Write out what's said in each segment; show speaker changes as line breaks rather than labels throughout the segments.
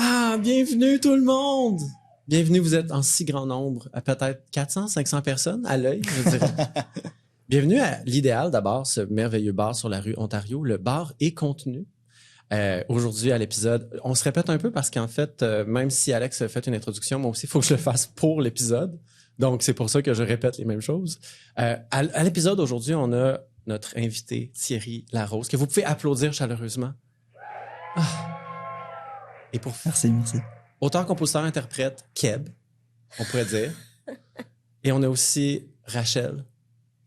Ah, Bienvenue tout le monde! Bienvenue, vous êtes en si grand nombre, à peut-être 400, 500 personnes à l'œil, je dirais. Bienvenue à l'idéal d'abord, ce merveilleux bar sur la rue Ontario. Le bar est contenu. Euh, Aujourd'hui, à l'épisode, on se répète un peu parce qu'en fait, euh, même si Alex a fait une introduction, moi aussi, il faut que je le fasse pour l'épisode. Donc, c'est pour ça que je répète les mêmes choses. Euh, à à l'épisode aujourd'hui, on a notre invité Thierry Larose, que vous pouvez applaudir chaleureusement. Ah. Et pour
Merci, merci.
Auteur, compositeur, interprète, Keb, on pourrait dire. Et on a aussi Rachel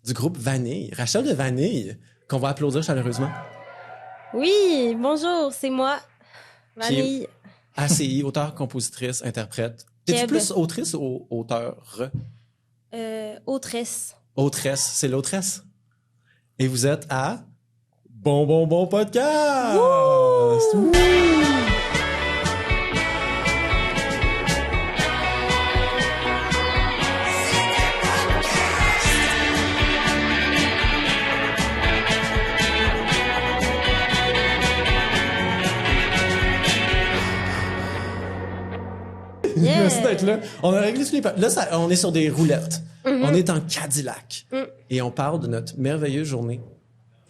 du groupe Vanille. Rachel de Vanille, qu'on va applaudir chaleureusement.
Oui, bonjour, c'est moi, Vanille.
ACI, auteur, compositrice, interprète. T'es-tu
Keb.
plus autrice ou auteur?
Euh, autrice.
Autresse, c'est l'autresse. Et vous êtes à Bon Bon Bon Podcast! Wouh!
Yeah.
Merci d'être là. On a réglé tous les... pa- Là, ça- on est sur des roulettes.
Mhm.
On est en Cadillac.
Mm.
Et on parle de notre merveilleuse journée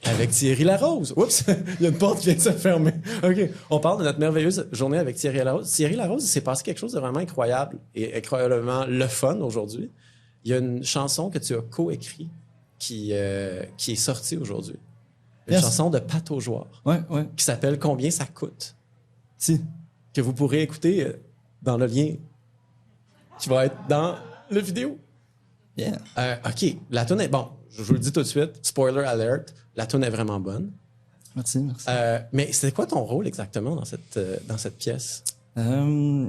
avec Thierry Larose. Oups, il y a une porte qui vient de se fermer. OK. On parle de notre merveilleuse journée avec Thierry Larose. Thierry Larose, il s'est passé quelque chose de vraiment incroyable et incroyablement le fun aujourd'hui. Il y a une chanson que tu as coécrite qui, euh, qui est sortie aujourd'hui. Une
Yes.
chanson de Pat aux joueurs
Ouais, ouais.
qui s'appelle Combien ça coûte
Si.
que vous pourrez écouter euh, dans le lien qui va être dans la vidéo.
Yeah.
Euh, OK, la tune est... Bon, je vous le dis tout de suite, spoiler alert, la tune est vraiment bonne.
Merci, merci.
Euh, mais c'est quoi ton rôle exactement dans cette, euh, dans cette pièce?
Euh,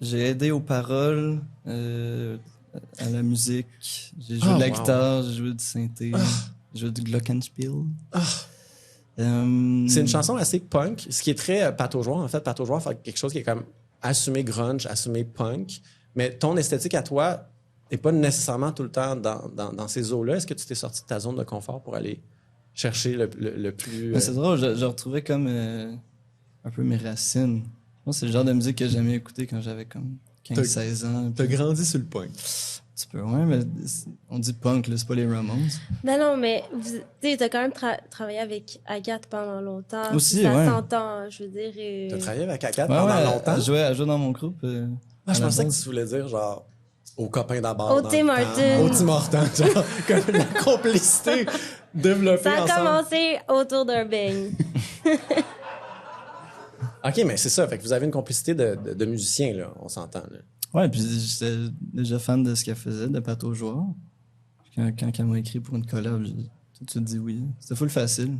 j'ai aidé aux paroles, euh, à la musique. J'ai joué
Ah,
de la
wow.
guitare, j'ai joué du synthé, j'ai joué du glockenspiel.
Ah.
Euh,
C'est une chanson assez punk, ce qui est très euh, pataugeois. En fait, pataugeois, fait quelque chose qui est comme assumé grunge, assumé punk. Mais ton esthétique à toi n'est pas nécessairement tout le temps dans, dans, dans ces eaux-là. Est-ce que tu t'es sorti de ta zone de confort pour aller chercher le, le- le plus... euh,
Mais c'est drôle, je, je retrouvais comme euh, un peu mes racines. Je pense que c'est le genre de musique que j'aimais écouter quand j'avais comme
T'as-
15-16 ans. puis
grandi sur le punk.
Un petit peu, ouais, mais c'est- on dit punk, là, c'est pas les Ramones.
Ben non, mais vous- tu sais, t'as quand même tra- travaillé avec Agathe pendant longtemps.
Aussi,
Ça
ouais.
s'entend, je veux dire. euh, et-
Tu as travaillé avec Agathe
Ouais,
pendant
ouais,
longtemps.
Elle jouait, elle jouait dans mon groupe. euh,
Ah, je
à la
pensais que
base.
tu voulais dire genre au copain d'abord.
Au
dans
Tim
le
Hortons.
temps. Au Tim Hortons, genre comme la complicité développée
Ça a
ensemble.
commencé autour d'un beigne.
Ok, mais c'est ça. Fait que vous avez une complicité de, de, de musiciens là, on s'entend. là.
Ouais, puis j'étais déjà fan de ce qu'elle faisait, de Pat aux joueurs. Puis Quand, quand elle m'a écrit pour une collab, j'ai tout de suite dit oui. C'était full facile.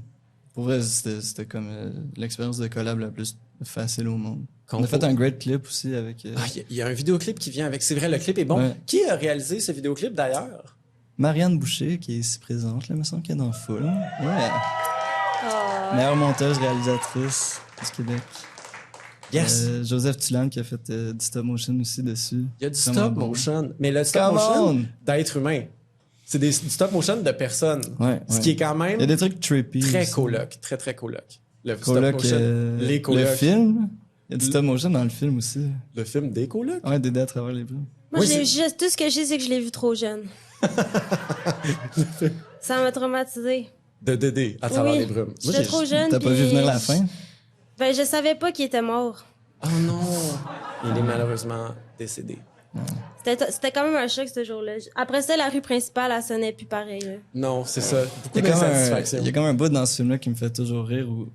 Pour vrai, c'était c'était comme euh, l'expérience de collab la plus facile au monde. On a fait un great clip aussi avec euh,
Ah, il y a- il y, a un vidéoclip qui vient avec. C'est vrai, le clip est bon.
Ouais.
Qui a réalisé ce vidéoclip d'ailleurs
Marianne Boucher, qui est ici présente, là, il me semble qu'elle est dans Full. Ouais.
Oh.
Meilleure monteuse, réalisatrice du Québec.
Yes.
Euh, Joseph Tulane qui a fait euh, du stop motion aussi dessus.
Il y a du
vraiment
stop
bon.
motion, mais le stop
Come
motion
on!
d'être humain. C'est des- du stop motion de personne.
Ouais,
Ce
ouais.
qui est quand même
Il y a des trucs trippy.
très
aussi.
coloc, très très coloc. Le stop
Coloc,
motion,
euh,
les
le
colocs,
film. Il y a du
Le-
stop motion dans le film aussi.
le film des colocs.
Ouais, d'aider à travers les bras.
Moi,
Oui,
j'ai
c'est-
juste, tout ce que j'ai, c'est que je l'ai vu trop jeune. Ça m'a traumatisé.
de Dédé à travers
Oui.
les brumes.
J'étais
j'ai-
trop jeune,
T'as pas
puis-
vu venir la fin?
Ben, je savais pas qu'il était mort.
Oh non! Il est malheureusement décédé.
C'était c'était quand même un choc ce jour-là. Après ça, la rue principale, elle sonnait plus pareil. là.
Non, c'est ça.
Il
Beaucoup
y a comme un-
d'insatisfaction.
il y a comme un bout dans ce film-là qui me fait toujours rire où,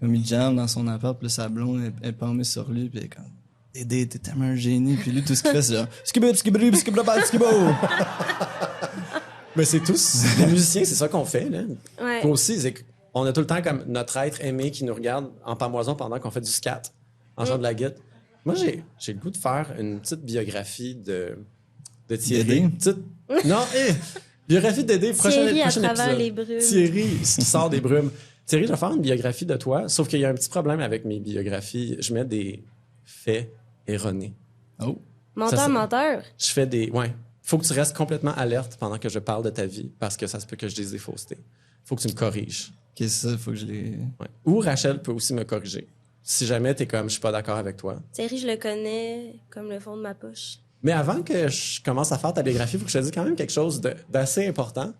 comme il jamme dans son appart, puis là, sa blonde elle- elle est palmée sur lui, puis elle est comme. Dédé, t'es tellement un génie, puis lui, tout ce qu'il fait, c'est genre. Skibib, skibib, skibib, skibo!
Mais c'est tous. Les musiciens, c'est ça qu'on fait, là.
Ouais.
Puis aussi, c'est qu'on a tout le temps comme notre être aimé qui nous regarde en pamoison pendant qu'on fait du scat, en
Mm.
genre de la guitare. Moi, j'ai, j'ai le goût de faire une petite biographie de, de Thierry.
Dédé?
Une Petite... Non, eh, biographie de Dédé, prochain,
Thierry à
prochain
travers
épisode.
les brumes.
Thierry, ce qui sort des brumes. Thierry, je vais faire une biographie de toi, sauf qu'il y a un petit problème avec mes biographies. Je mets des faits erronés.
Oh!
Menteur,
ça-
menteur.
Je fais des. Ouais. Faut que tu restes complètement alerte pendant que je parle de ta vie parce que ça se peut que je les ai faussetés. Faut que tu me corriges.
Ok, c'est ça, faut que je les.
Ouais. Ou Rachel peut aussi me corriger. Si jamais t'es comme, je suis pas d'accord avec toi.
Thierry, je le connais comme le fond de ma poche.
Mais avant que je commence à faire ta biographie, il faut que je te dise quand même quelque chose de- d'assez important.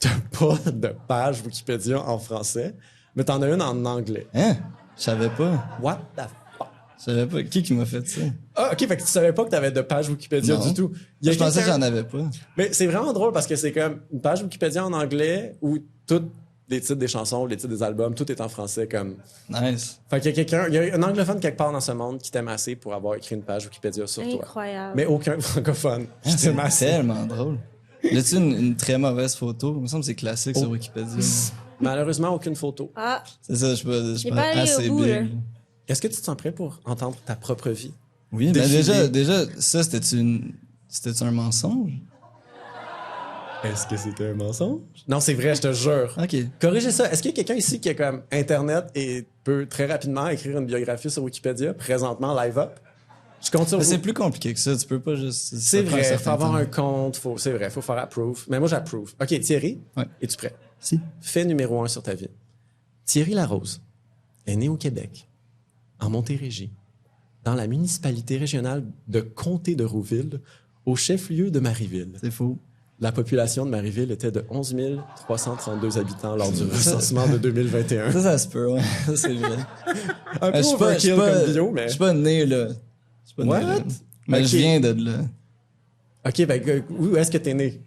T'as pas de page Wikipédia en français, mais t'en as une en anglais.
Hein? Je savais pas.
What the fuck?
Je savais pas. Qui qui m'a fait ça?
Ah, OK, fait que tu savais pas que t'avais de page Wikipédia
Non.
du tout. Il y a
Je pensais que
quelqu'un-
j'en avais pas.
Mais c'est vraiment drôle parce que c'est comme une page Wikipédia en anglais où toutes les titres des chansons, les titres des albums, tout est en français comme...
Nice.
Fait qu'il y a quelqu'un, il y a un anglophone quelque part dans ce monde qui t'aime assez pour avoir écrit une page Wikipédia sur toi.
Incroyable.
Mais aucun francophone. qui
Ah,
t'aime
C'est
assez.
tellement drôle. J'ai-tu une, une très mauvaise photo? Il me semble que c'est classique sur
Oh.
Wikipédia.
Malheureusement, aucune photo.
Ah,
C'est ça, je suis pas, je suis
Il est
pas
pas allé au
assez
bout, là.
big.
Est-ce que tu te sens prêt pour entendre ta propre vie?
Oui, mais
Défilé.
déjà, déjà, ça, c'était une. C'était un mensonge?
Est-ce que c'était un mensonge? Non, c'est vrai, je te jure.
Ok.
Corrigez ça. Est-ce qu'il y a quelqu'un ici qui a comme Internet et peut très rapidement écrire une biographie sur Wikipédia, présentement live up? Je compte sur
Mais
vous.
c'est plus compliqué que ça, tu peux pas juste.
C'est vrai, faut avoir un compte, faut, c'est vrai, faut faire approve. Mais moi, j'approve. OK, Thierry,
Ouais.
es-tu prêt?
Si.
Fait numéro un sur ta vie. Thierry Larose est né au Québec, en Montérégie, dans la municipalité régionale de Comté de Rouville, au chef-lieu de Marieville.
C'est faux.
La population de Marieville était de 11 332 habitants lors du recensement de 2021.
Ça, ça se peut, ouais. Ça, c'est vrai.
Un peu
Mais je suis pas- je suis
overkill
pas-
comme bio, mais...
Je suis pas né là. Je suis pas
What?
né là. Mais
Ok.
je viens de là,
OK, ben, euh, où est-ce que t'es né?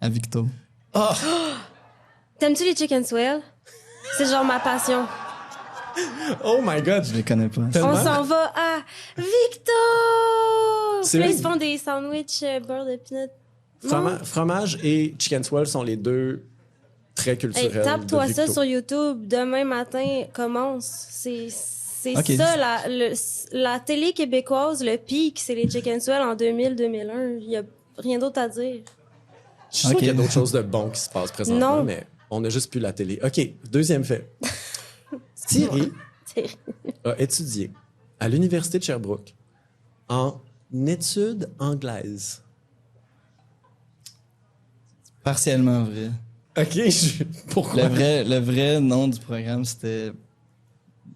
à Victo.
t'aimes-tu les chicken swell? C'est genre ma passion.
Oh my God!
Je les connais pas.
Tellement.
On s'en va à Victor!
C'est
Puis là,
vrai.
ils se font des sandwichs euh, beurre de peanut.
Froma- fromage et chicken swell sont les deux très
Hey,
culturels.
tape-toi
de
ça
Victo.
sur YouTube. Demain matin commence. C'est c'est
Ok.
ça, la, le- la télé québécoise, le pic, c'est les chicken swell en 2000-2001. Il y a rien d'autre à dire.
Je suis sûr
Ok.
qu'il y a d'autres choses de bon qui se passent présentement,
Non.
mais on n'a juste plus la télé. OK, deuxième fait. Thierry
Thierry.
a étudié à l'Université de Sherbrooke en études anglaises.
Partiellement vrai.
OK, je- pourquoi?
Le vrai, le vrai nom du programme, c'était.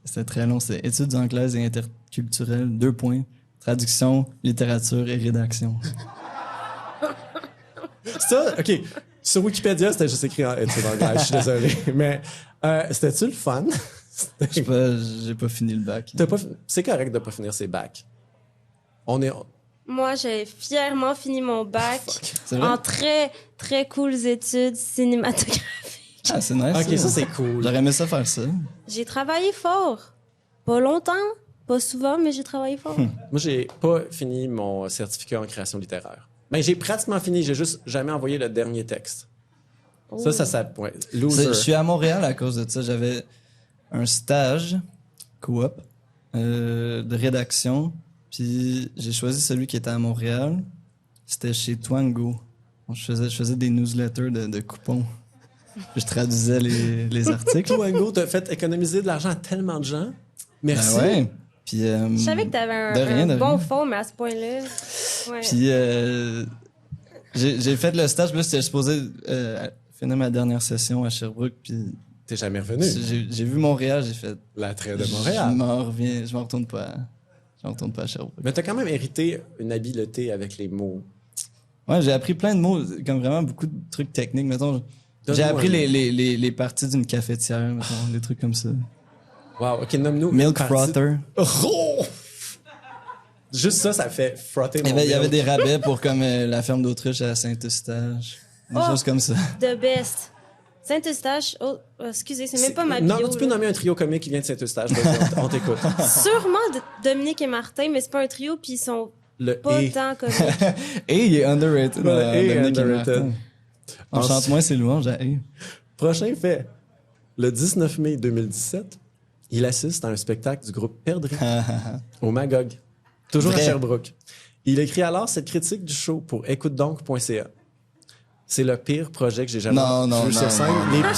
C'était très long. C'était Études anglaises et interculturelles, deux points. Traduction, littérature et rédaction.
Ça, OK. Sur Wikipédia, c'était juste écrit en études anglaises, je suis désolé. Mais euh, c'était-tu le fun?
Je sais pas, j'ai pas fini le bac.
T'as pas fi- C'est correct de pas finir ses bacs. On est...
Moi, j'ai fièrement fini mon bac
C'est vrai?
en très, très cooles études cinématographiques.
Ah, c'est nice.
OK, ça, c'est cool.
J'aurais aimé ça faire ça.
J'ai travaillé fort. Pas longtemps, pas souvent, mais j'ai travaillé fort.
Moi, j'ai pas fini mon certificat en création littéraire. Ben, j'ai pratiquement fini, j'ai juste jamais envoyé le dernier texte.
Oh.
Ça, ça s'appelle.
C'est-
Loser.
Je suis à Montréal à cause de ça. J'avais un stage coop euh, de rédaction, puis j'ai choisi celui qui était à Montréal. C'était chez Twango. Je faisais, je faisais des newsletters de, de coupons. Je traduisais les, les articles.
Twango t'a fait économiser de l'argent à tellement de gens.
Ah
Merci.
ouais. Puis, euh,
Je savais que t'avais un,
De rien,
un
de
bon
rien.
fond, mais à ce point-là. Ouais.
Puis euh, j'ai j'ai fait le stage, puis là, j'étais supposé euh, finir ma dernière session à Sherbrooke, puis
T'es jamais revenu.
j'ai j'ai vu Montréal, j'ai fait
L'attrait de
Je
Montréal.
m'en reviens, je m'en retourne pas. à- Je m'en retourne pas à Sherbrooke.
Mais t'as quand même hérité une habileté avec les mots.
Ouais, j'ai appris plein de mots, comme vraiment beaucoup de trucs techniques. Mettons, j'ai
Donne-moi
appris
un
les, les, les, les parties d'une cafetière, mettons, des trucs comme ça.
Wow, ok, nomme-nous. une
Milk
partie-
frother.
Oh! Juste ça, ça fait frotter
Il y
mon
avait, Eh ben, il y avait
milk.
des rabais pour comme euh, la ferme d'Autriche à Saint-Eustache. Des
Oh!
choses comme ça.
The best. Saint-Eustache. Oh, excusez, c'est même pas ma bio.
Non, tu peux
là.
nommer un trio comique qui vient de Saint-Eustache. vas-y, on t'écoute.
Sûrement de- Dominique et Martin, mais c'est pas un trio, puis ils sont
Le
pas
et.
tant comme.
Et il est underrated.
Ouais,
euh,
et
Dominique
underrated.
Martin. On
Ensuite-
chante moins ses louanges à et.
Prochain fait. Le 19 mai 2017, il assiste à un spectacle du groupe Perdrix au Magog, toujours à
Vrai.
Sherbrooke. Il écrit alors cette critique du show pour écoutedonc.ca. C'est le pire projet que j'ai jamais
Non, non,
vu
non,
sur scène.
non,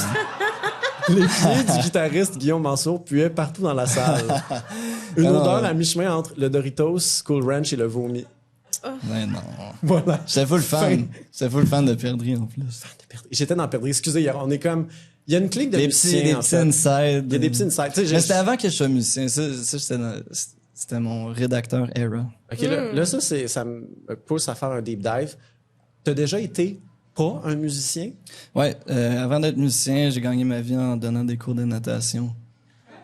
les, les pieds du guitariste Guillaume Mansour puaient partout dans la salle. Une
Non, non,
odeur
non.
à mi-chemin entre le Doritos, Cool Ranch et le vomi.
Mais Ben non.
Voilà.
J'étais full
Fin.
fan. J'étais full fan de Perdrix en plus.
J'étais dans Perdrix. Excusez, hier, on est comme Il y a une clique de
Des petits,
musiciens,
des
en
petits
fait.
insides.
Il y a des petits insights. Tu sais, j'ai-
Mais c'était avant que je sois musicien. Ça, ça, c'était dans- c'était mon rédacteur era.
OK, là,
Mm.
là, ça, c'est, ça me pousse à faire un deep dive. T'as déjà été pas un musicien?
Ouais, euh, avant d'être musicien, j'ai gagné ma vie en donnant des cours de natation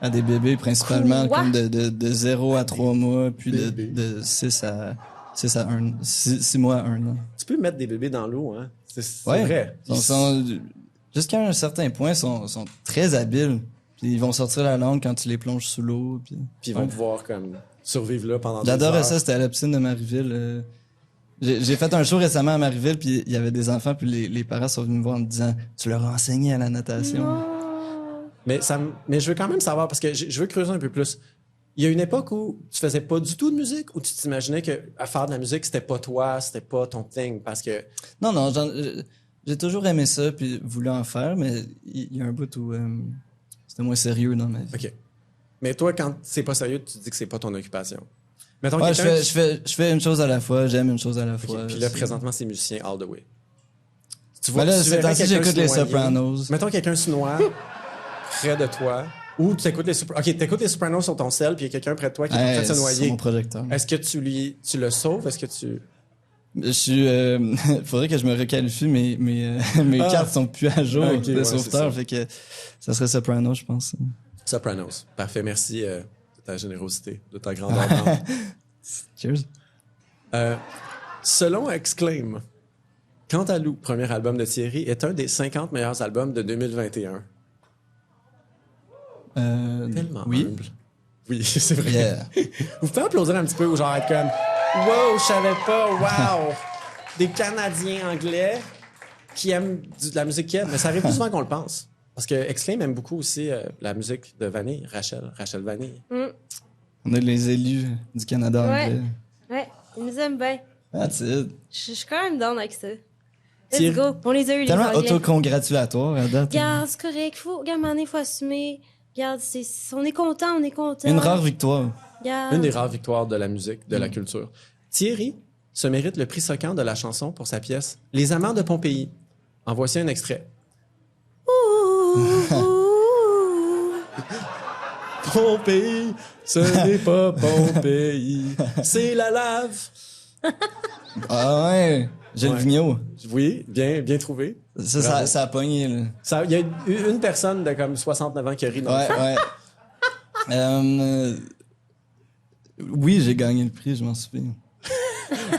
à des bébés, principalement
Quoi?
comme de, de, de 0 à 3 mois, puis de,
Bébés.
de 6 à 6 à 1 6, mois à 1 an.
Tu peux mettre des bébés dans l'eau, hein? C'est, c'est
Ouais.
vrai.
Ils sont- jusqu'à un certain point, sont sont très habiles. Puis ils vont sortir la langue quand tu les plonges sous l'eau. Puis,
Puis ils vont pouvoir comme, survivre là pendant deux
J'adorais
heures.
ça, c'était à la piscine de Marieville. euh, J'ai j'ai fait un show récemment à Marieville, puis il y avait des enfants, puis les, les parents sont venus me voir en me disant Tu leur as enseigné à la natation.
Non.
Mais, ça me- mais je veux quand même savoir, parce que je je veux creuser un peu plus. Il y a une époque où tu faisais pas du tout de musique, où tu t'imaginais que à faire de la musique, c'était pas toi, c'était pas ton thing, parce que...
Non, non, j'en- euh, j'ai toujours aimé ça, puis voulu en faire, mais il il y a un bout où euh, c'était moins sérieux dans ma vie.
OK. Mais toi, quand c'est pas sérieux, tu dis que c'est pas ton occupation. Mettons
Ouais, je,
quelqu'un
fais,
qui-
je, fais, je fais une chose à la fois, j'aime une chose à la
OK,
fois.
Puis là,
c'est-
présentement, c'est musicien all the way. Tu
Ben là,
tu
c'est
verrais
temps-ci,
quelqu'un
j'écoute les
se noyer.
Sopranos.
Mettons quelqu'un se noie près de toi, ou tu écoutes les Sopranos. OK, tu écoutes les Sopranos sur ton sel, puis il y a quelqu'un près de toi qui est en
Ouais,
train de se
c'est
noyer.
mon projecteur.
Est-ce que tu, lui, tu le sauves? Est-ce que tu...
Je suis. euh, faudrait que je me requalifie, mais mes, euh, mes
Ah.
cartes sont plus à jour
Ah, ok,
de
ouais,
sauveteur,
c'est
fait que ça serait Soprano, je pense.
Sopranos. Parfait, merci euh, de ta générosité, de ta grandeur. d'âme.
Cheers.
Euh, selon Exclaim, Quant à Lou, premier album de Thierry, est un des 50 meilleurs albums de 2021.
Euh,
Tellement
Oui.
humble. Oui, c'est vrai.
Yeah.
Vous pouvez applaudir un petit peu ou genre être comme Wow, je savais pas, wow! Des Canadiens anglais qui aiment du- de la musique qui aime, mais ça arrive plus souvent qu'on le pense. Parce que Exclaim aime beaucoup aussi euh, la musique de Vanille, Rachel, Rachel Vanille.
Mm.
On est les élus du Canada
Ouais.
anglais.
Ouais, ils nous aiment bien.
That's it.
Je je suis quand même down avec ça.
Thierry-
Let's go. On les a eu, les
Tellement
Anglais.
autocongratulatoire à date.
Regarde, c'est correct. Faut, regarde, il faut assumer. Regarde, c'est, c'est- on est content, on est content.
Une rare victoire.
Regarde.
Une des rares victoires de la musique, de la culture. Thierry se mérite le prix Socan de la chanson pour sa pièce Les Amants de Pompéi. En voici un extrait.
Ouh, ouh, ouh.
Pompéi, ce n'est pas Pompéi, c'est la lave.
Ah ouais, j'ai
Ouais.
le vigno.
Oui, bien, bien trouvé.
Ça,
Bravo.
ça, ça a pogné, là.
Ça- Il y a eu une personne de comme 69 ans qui rit. dans le
Ouais, ouais. Euh, oui, j'ai gagné le prix, je m'en souviens.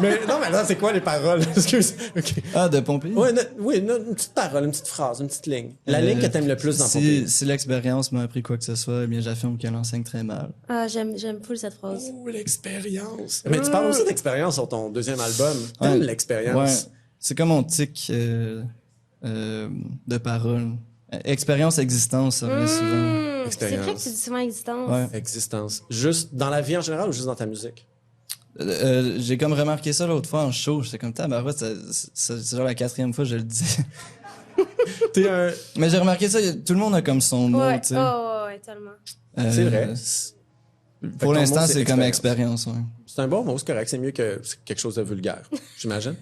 Mais non, mais attends, c'est quoi les paroles? Excuse. OK.
Ah, de Pompéi?
Ouais, une- oui, une, une petite parole, une petite phrase, une petite ligne. La ligne que t'aimes le plus dans
Euh, si,
ton pays.
Si l'expérience m'a appris quoi que ce soit, eh bien, j'affirme qu'elle enseigne très mal.
Ah, j'aime, j'aime full cette phrase.
Ouh, l'expérience. Mais tu parles aussi d'expérience sur ton deuxième album. T'aimes
Ouais.
l'expérience.
Ouais. C'est comme mon tic euh, euh, de parole. Euh, Expérience, existence, ça revient souvent. Euh,
Mm, c'est vrai que
Expérience.
tu dis souvent existence.
Ouais.
Existence. Juste dans la vie en général ou juste dans ta musique?
Euh, euh, j'ai comme remarqué ça l'autre fois en show. J'étais comme, tabarouette, ça- ça- ça- c'est genre la quatrième fois que je le dis.
T'es un.
Mais j'ai remarqué ça, y a- tout le monde a comme son mot,
Ouais.
tu sais.
Oh, ouais, tellement.
Euh,
C'est vrai. Fait que ton
Pour
mot,
l'instant,
c'est
c'est comme expérience, ouais.
C'est un bon mot, c'est correct. C'est mieux que c'est quelque chose de vulgaire, j'imagine.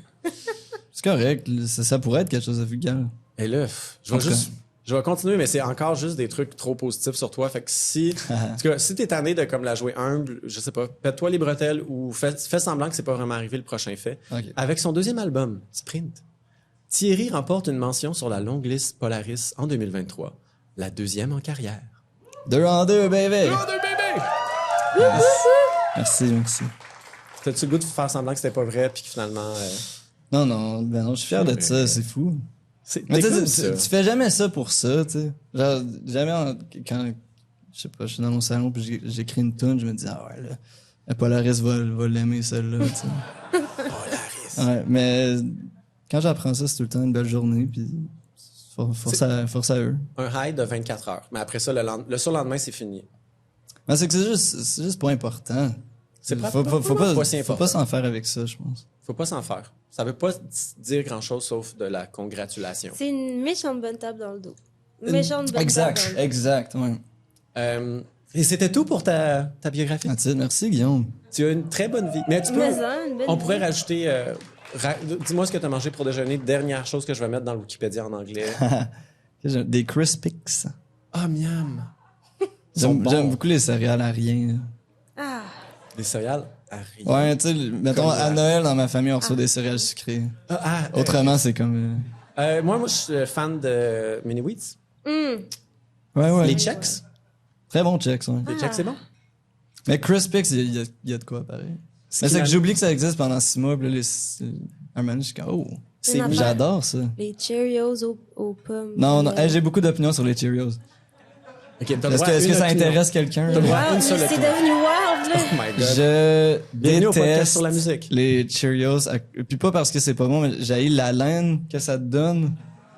C'est correct, le- ça, ça pourrait être quelque chose de vulgaire.
Et là, pff, je
En
vais
tout
juste. Je vais continuer, mais c'est encore juste des trucs trop positifs sur toi. Fait que si, en tout cas, si t'es tanné de comme la jouer humble, je sais pas, pète-toi les bretelles ou fais, fais semblant que c'est pas vraiment arrivé le prochain fait.
Ok.
Avec son deuxième album, Sprint, Thierry remporte une mention sur la longue liste Polaris en 2023, la deuxième en carrière.
Deux en deux, baby!
bébé!
Merci, merci.
T'as-tu le goût de faire semblant que c'était pas vrai puis que finalement. euh,
Non, non, ben non, je suis fier de ça, c'est fou.
c'est
Mais
t'es
tu sais,
comme
tu-
ça.
tu fais jamais ça pour ça, tu sais. Genre, jamais en- quand, je sais pas, je suis dans mon salon puis j'ai- j'écris une tune, je me dis, ah ouais, là, la Polaris va, va l'aimer, celle-là, tu sais. Ouais, mais quand j'apprends ça, c'est tout le temps une belle journée, puis for- force, à, force à eux.
Un high de 24 heures. Mais après ça, le, lend- le surlendemain, c'est fini.
Mais c'est que c'est juste, c'est juste pas important.
C'est pas-
faut, faut, faut pas,
pas si
faut
important.
pas s'en faire avec ça, je pense.
Faut pas s'en faire. Ça veut pas s- dire grand-chose sauf de la congratulation.
C'est une méchante bonne tape dans le dos. Méchante bonne tape
Exact,
dans le dos.
exact, ouais.
Euh, et c'était tout pour ta, ta biographie.
Ah, tu sais, merci, Guillaume.
Tu as une très bonne vie. Mais tu peux.
Mais hein, une belle
on pourrait
vie.
rajouter. euh, ra- Dis-moi ce que tu as mangé pour déjeuner. Dernière chose que je vais mettre dans le Wikipédia en anglais.
J'aime- Des Crispix.
Ah, miam! Ils sont
J'aime
bons.
j'aime beaucoup les céréales à rien.
Ah,
Des céréales à rien.
Ouais, tu sais, mettons,
Comme la-
à Noël, dans ma famille, on reçoit des céréales sucrées.
Ah, ah,
Autrement, c'est comme...
euh, euh, moi, moi, je suis euh, fan de Mini Wheats.
hum,
euh, Ouais, ouais.
Les checks.
Très bon checks, ouais.
Les
Ah.
checks, c'est bon.
Mais Crispix, il y, a- il y a de quoi, pareil.
Ce
Mais
qui
c'est que
m'a-
j'oublie que ça existe pendant six mois, puis là, les... un moment, je suis comme, oh,
C'est
Une affaire.
j'adore ça.
les Cheerios aux, aux pommes.
Non, non,
Euh,
hey, j'ai beaucoup d'opinions sur les Cheerios.
Ok, t'as le
Est-ce
droit
que,
à
est-ce que
une
ça
opinion.
intéresse quelqu'un?
T'as le droit à
wow,
une
mais
seule
c'est
opinion.
devenu wild, là.
Oh my god.
Je
Bienvenue au podcast
déteste
sur la musique.
les Cheerios. à- Puis pas parce que c'est pas bon, mais j'ai la laine que ça te donne.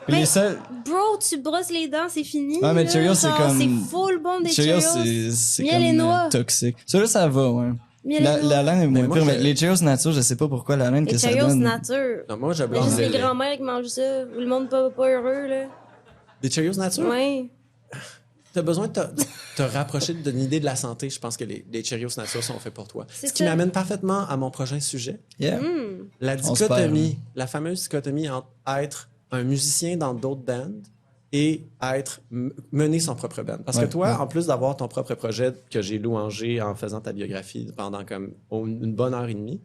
Puis
Mais-
les seuls...
Bro, tu brosses les dents, c'est fini.
Ouais, mais
là.
Cheerios, c'est
Genre,
comme-
C'est full bon des
Cheerios, c'est
Cheerios.
c'est
Miel et
comme
noix.
euh, toxique. Celui-là, ça va, ouais.
Miel et
La,
noix.
la laine est
Mais
moins
moi,
pire, mais
je-
les Cheerios nature, je sais pas pourquoi la laine que
Les
ça
Cheerios
donne.
nature.
Non, moi,
Il y a
j'adore
juste
les,
les grands-mères qui mangent ça. Le monde pas, pas heureux, là.
les Cheerios nature.
Ouais.
T'as besoin de te, te rapprocher d'une idée de la santé. Je pense que les, les Cheerios nature sont faits pour toi.
C'est
Ce qui
ça.
m'amène parfaitement à mon prochain sujet.
Yeah.
Hum.
La
On se perd,
dichotomie, la fameuse dichotomie entre être un musicien dans d'autres bands et être m- mener son propre band. Parce
Ouais,
que toi,
ouais.
en plus d'avoir ton propre projet que j'ai louangé en faisant ta biographie pendant comme au- une bonne heure et demie,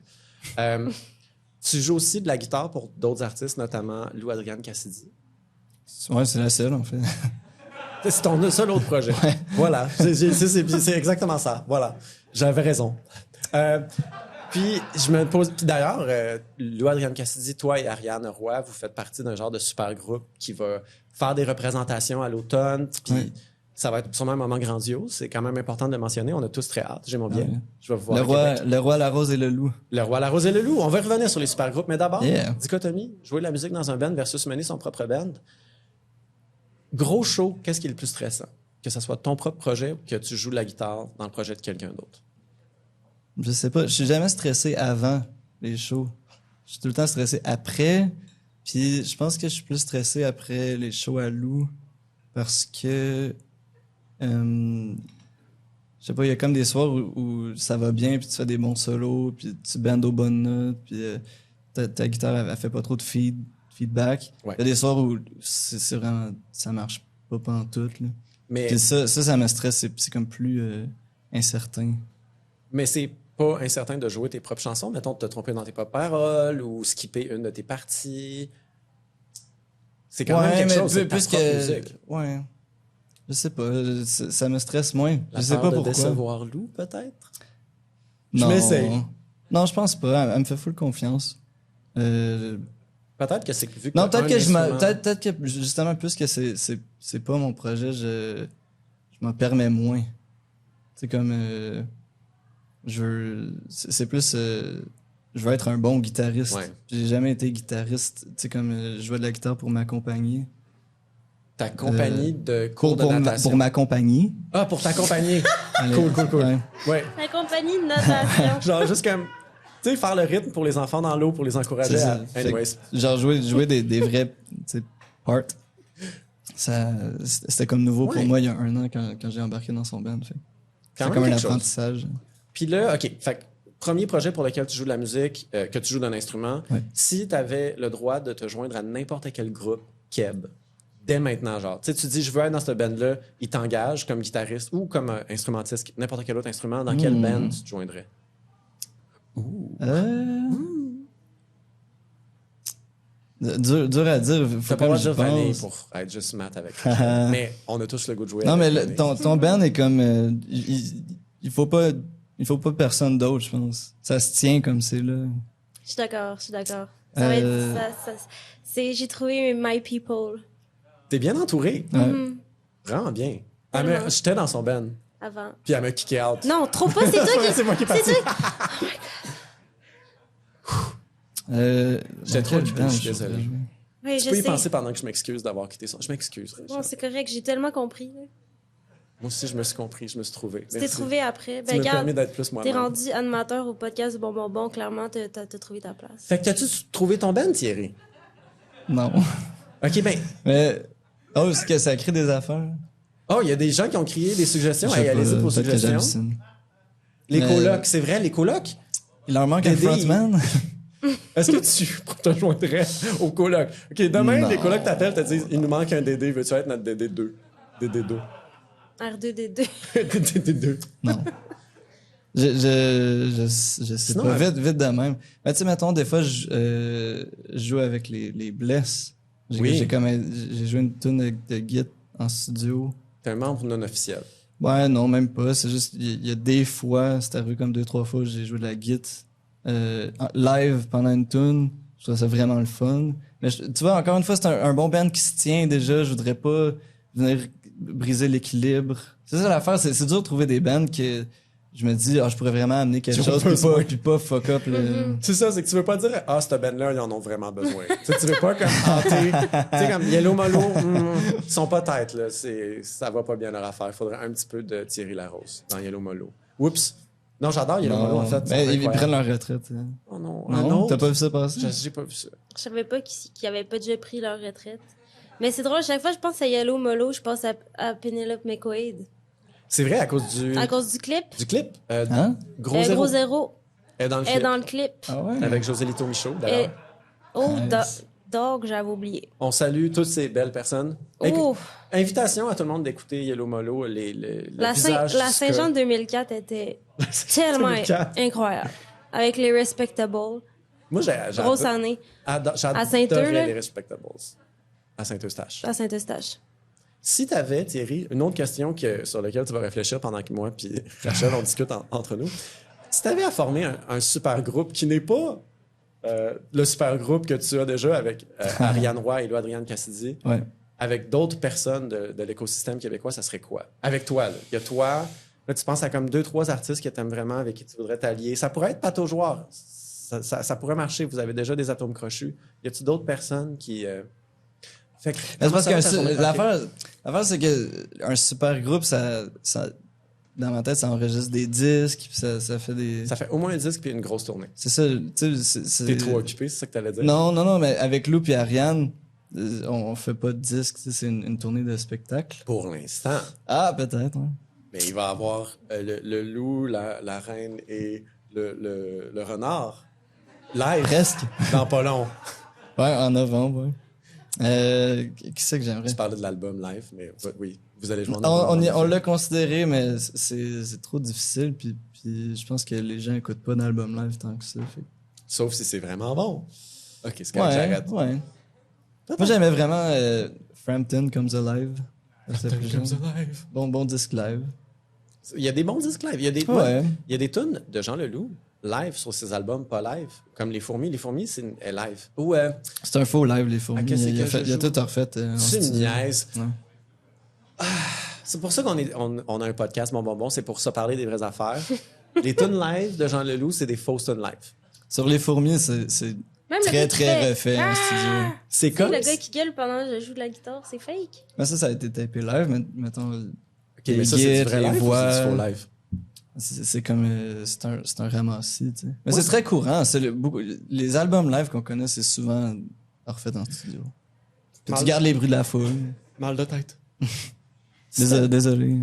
euh, tu joues aussi de la guitare pour d'autres artistes, notamment Lou Adrian Cassidy.
Hmm.
Ouais, c'est la seule, en fait.
C'est ton seul autre projet. Voilà. C'est- c'est- C'est c'est- c'est exactement ça. Voilà. J'avais raison. Euh, puis, je me pose. puis d'ailleurs, euh, Lou Adrienne Cassidy, toi et Ariane Roy, vous faites partie d'un genre de super groupe qui va faire des représentations à l'automne. Puis,
Ouais.
ça va être sûrement un moment grandiose. C'est quand même important de le mentionner. On a tous très hâte. J'ai mon bien.
Ouais.
Je vais vous voir.
Ah Le
à Québec.
roi, le roi, la rose et le loup.
Le roi, la rose et le loup. On va revenir sur les super groupes, mais d'abord,
Yeah.
dichotomie, jouer de la musique dans un band versus mener son propre band. Gros show, qu'est-ce qui est le plus stressant? Que ce soit ton propre projet ou que tu joues de la guitare dans le projet de quelqu'un d'autre.
Je sais pas, je suis jamais stressé avant les shows. Je suis tout le temps stressé après. Puis je pense que je suis plus stressé après les shows à Lou parce que. euh, je sais pas, il y a comme des soirs où, où ça va bien, puis tu fais des bons solos, puis tu bandes aux bonnes notes, puis euh, ta, ta guitare, elle, elle fait pas trop de feed- feedback. Il
Ouais.
y a des soirs où c'est c'est vraiment. Ça marche pas pantoute, là.
Mais,
Puis ça, ça, ça me stresse, c'est c'est comme plus euh, incertain.
mais c'est pas incertain de jouer tes propres chansons. Mettons, de te tromper dans tes propres paroles ou skipper une de tes parties. C'est quand même quelque
mais
chose.
peu-
c'est ta
plus
propre
que-
musique.
Ouais. Je sais pas, je- ça ça me stresse moins.
La
je sais
peur
pas
de
pourquoi.
décevoir Lou, peut-être? Je
Non.
m'essaye.
Non, je pense pas. Elle, elle me fait full confiance. Euh,
Peut-être que c'est vu que
non,
t'as
peut-être
un
que je m'a-
instrument-
peut-être peut-être que justement plus que c'est c'est c'est pas mon projet, je je m'en permets moins. C'est comme euh, je veux- c'est c'est plus euh, je veux être un bon guitariste.
Ouais.
J'ai jamais été guitariste, tu sais comme euh, je jouais de la guitare pour m'accompagner.
Ta compagnie de cours
Euh, Pour
de
pour ma-
natation.
pour m'accompagner.
Ah, pour t'accompagner.
Allez.
Cool, cool, cool.
Ouais.
Ouais.
La compagnie de natation.
Genre, juste comme. Tu sais, faire le rythme pour les enfants dans l'eau, pour les encourager
C'est
à.
ça. Fait que-
Anyways.
Genre jouer, jouer des, des vrais tu sais, parts. Ça, c'était comme nouveau
Ouais.
pour moi il y a un an quand, quand j'ai embarqué dans son band. fait.
Quand
C'est
même
comme un
quelque chose.
apprentissage.
Puis là, OK. Fait que, premier projet pour lequel tu joues de la musique, euh, que tu joues d'un instrument,
Ouais.
si tu avais le droit de te joindre à n'importe quel groupe, Keb, dès maintenant, genre, tu sais, tu dis, je veux être dans ce band-là, ils t'engagent comme guitariste ou comme euh, instrumentiste, n'importe quel autre instrument, dans quel
Hmm.
band tu te joindrais?
Euh...
Hmm.
Dur, dur à dire.
T'as pas
Faut
le
pas
droit de dire vanille pour être juste mat avec. mais on a tous le goût de jouer
Non, mais
avec
le-
vanille.
ton, ton band est comme. euh, il, il- il faut pas. Il faut pas personne d'autre, je pense. Ça se tient comme c'est là.
Hmm.
Je suis d'accord, je suis d'accord. Ça va
Euh.
être. ça- ça- c'est- J'ai trouvé My People
T'es bien entouré.
Ouais.
Mhm.
Vraiment bien. Ah, mais
Tellement.
J'étais dans son band,
avant.
puis elle m'a kické out.
Non, trop pas, c'est toi qui.
C'est moi qui est parti.
toi Oh
Euh,
J'étais trop
quel
occupé,
band
je suis
je pourrais
désolé.
jouer?
Oui,
Tu
je
peux y
sais.
penser pendant que je m'excuse d'avoir quitté son. Je m'excuse.
Bon,
Richard.
c'est correct, j'ai tellement compris. là.
Moi aussi, je me suis compris, je me suis trouvé.
Tu t'es
Merci.
trouvé après.
Tu
Ben,
me permets
regarde,
d'être plus
t'es
moi-même.
rendu animateur au podcast du Bon Bon Bon, clairement, t'as t'as- t'as trouvé ta place.
Fait que t'as-tu trouvé ton band, Thierry?
Non.
OK, ben...
Mais. Oh, c'est que ça crée des affaires.
Oh, il y a des gens qui ont crié des suggestions.
Je sais
Hey,
pas,
Allez-y pour
peut-être que
suggestions.
j'hallucine.
Les
Mais-
colocs, c'est vrai, les colocs?
Il leur manque un
Dédé, il-
frontman.
Est-ce que tu te joindrais au coloc? OK, demain,
Non.
les colocs t'appellent, te disent il nous manque un DD, veux-tu être notre DD 2? DD 2.
R2D2.
DD 2.
Non. Je, je, je, je sais
Sinon, euh,
pas.
elle-
Vite, vite de même. Mais tu sais, mettons, des fois, je, euh, je joue avec les, les blesses. J'ai
Oui.
j'ai comme un- j'ai joué une tune de, de Git en studio.
T'es un membre non officiel.
Ouais, non, même pas. C'est juste, il y, il y a des fois, c'est arrivé comme deux, trois fois, j'ai joué de la Git euh, en- live pendant une tune. Je trouvais ça vraiment le fun. Mais je- tu vois, encore une fois, c'est un, un bon band qui se tient déjà. Je voudrais pas venir briser l'équilibre. C'est ça l'affaire, c'est c'est dur de trouver des bands que je me dis, ah, je pourrais vraiment amener quelque
Qui ont
chose, puis
besoin.
pas, puis pas fuck up. le-
Mhm.
C'est ça, c'est que tu veux pas dire Ah, cette band-là, ils en ont vraiment besoin. tu, sais, tu veux pas comme hanter. tu sais, comme Yellow Molo, hmm, ils sont pas têtes, là. c'est- Ça va pas bien leur affaire. Faudrait un petit peu de Thierry Larose dans Yellow Molo. Oups. Non, j'adore Yellow Molo, en
Non,
fait.
mais
sont
ils, ils
incroyables.
prennent leur retraite. hein.
Oh non, un
Non,
autre.
t'as pas vu ça passer?
Je- J'ai pas vu ça.
Je savais pas qu'ils qu'ils avaient pas déjà pris leur retraite. Mais c'est drôle, chaque fois je pense à Yellow Molo, je pense à, à Penelope McQuaid.
C'est vrai, à cause du,
À cause du clip,
du clip. Euh,
Hein?
Gros,
euh,
zéro.
Gros Zéro
Elle est dans le
est
clip.
dans le clip.
Ah ouais?
Avec José Lito Michaud, d'ailleurs.
Et... Oh,
Nice.
do- dog, j'avais oublié.
On salue toutes ces belles personnes. Invi-
Oh,
Invitation à tout le monde d'écouter Yellow Molo, les, les, le
la, Saint-
visage
la
du
Saint-Jean
Scott.
2004 était tellement
2004.
incroyable. Avec les Respectables.
Moi, j'ai- j'ai-
Grosse année
ado-
À Saint-Eustache,
j'adorais
là.
les Respectables à Saint-Eustache.
à Saint-Eustache.
Si tu avais, Thierry, une autre question que, sur laquelle tu vas réfléchir pendant que moi puis Rachel, on discute en- entre nous. Si tu avais à former un, un super groupe qui n'est pas euh, le super groupe que tu as déjà avec euh, Ariane Roy et Adrienne Cassidy,
Ouais.
avec d'autres personnes de, de l'écosystème québécois, ça serait quoi? Avec toi, là. Il y a toi. Là, tu penses à comme deux, trois artistes que tu aimes vraiment, avec qui tu voudrais t'allier. Ça pourrait être pataugeoire. Ça, ça, ça pourrait marcher. Vous avez déjà des atomes crochus. Y a-tu d'autres personnes qui. euh, Fait que.
Mais Ben, C'est
comment
parce
ça va, ta
que
tournée?
l'affaire, l'affaire, c'est que un super groupe, ça, ça, dans ma tête, ça enregistre des disques, puis ça, ça fait des.
Ça fait au moins un disque puis une grosse tournée.
C'est ça, tu sais, c'est- c'est-
T'es trop occupé, c'est ça que t'allais dire?
Euh, Non, non, non, mais avec Lou et Ariane, euh, on, on fait pas de disques, tu sais, c'est une, une tournée de spectacle.
Pour l'instant.
Ah, peut-être.
hein.
ouais.
Mais il va avoir euh, le, le loup, la, la reine et le, le- le renard live
Presque.
dans pas long.
Ouais, en novembre. Ouais. Euh, qui c'est que j'aimerais?
Tu parlais de l'album live, mais oui, vous allez jouer en
On, on, y-
novembre.
on l'a considéré, mais c'est c'est trop difficile, puis, puis je pense que les gens écoutent pas d'album live tant que ça. fait que-
Sauf si c'est vraiment bon. Ok, c'est quand même
Ouais,
j'arrête.
ouais. Moi, j'aimais vraiment euh, Frampton Comes Alive. Ça s'appelait genre.
live.
Bon, bon disque live.
Il y a des bons disques live. Il y a des,
Ouais.
il y a des tunes de Jean Leloup live sur ses albums pas live, comme Les Fourmis. Les Fourmis, c'est une- est live. Ou euh,
C'est un faux live, les fourmis.
Ah, qu'est-ce
il,
que
a fait-
je
il a
joue?
tout refait. euh, en
c'est une
studio.
niaise.
Ouais.
C'est pour ça qu'on est, on, on a un podcast, mon bonbon, c'est pour se parler des vraies affaires. les tunes live de Jean Leloup, c'est des fausses tunes live.
Sur les fourmis, c'est c'est
Même
très,
le
très
refait.
refait en
Ah!
studio.
C'est
Tu sais,
comme.
le gars qui gueule pendant que je joue de la guitare, c'est fake.
Mais ça, ça a été tapé live, mais mettons.
Ok, mais ça, c'est du vrai live
les
ou c'est du
voix.
faux live?
C'est c'est comme. euh, c'est un, c'est un ramassis, tu sais. Mais
Ouais.
c'est très courant. c'est le- beaucoup- les albums live qu'on connaît, c'est souvent refait en studio. Puis
Mal-
Tu gardes les bruits de la foule.
Mal de tête.
Désolé. désolé.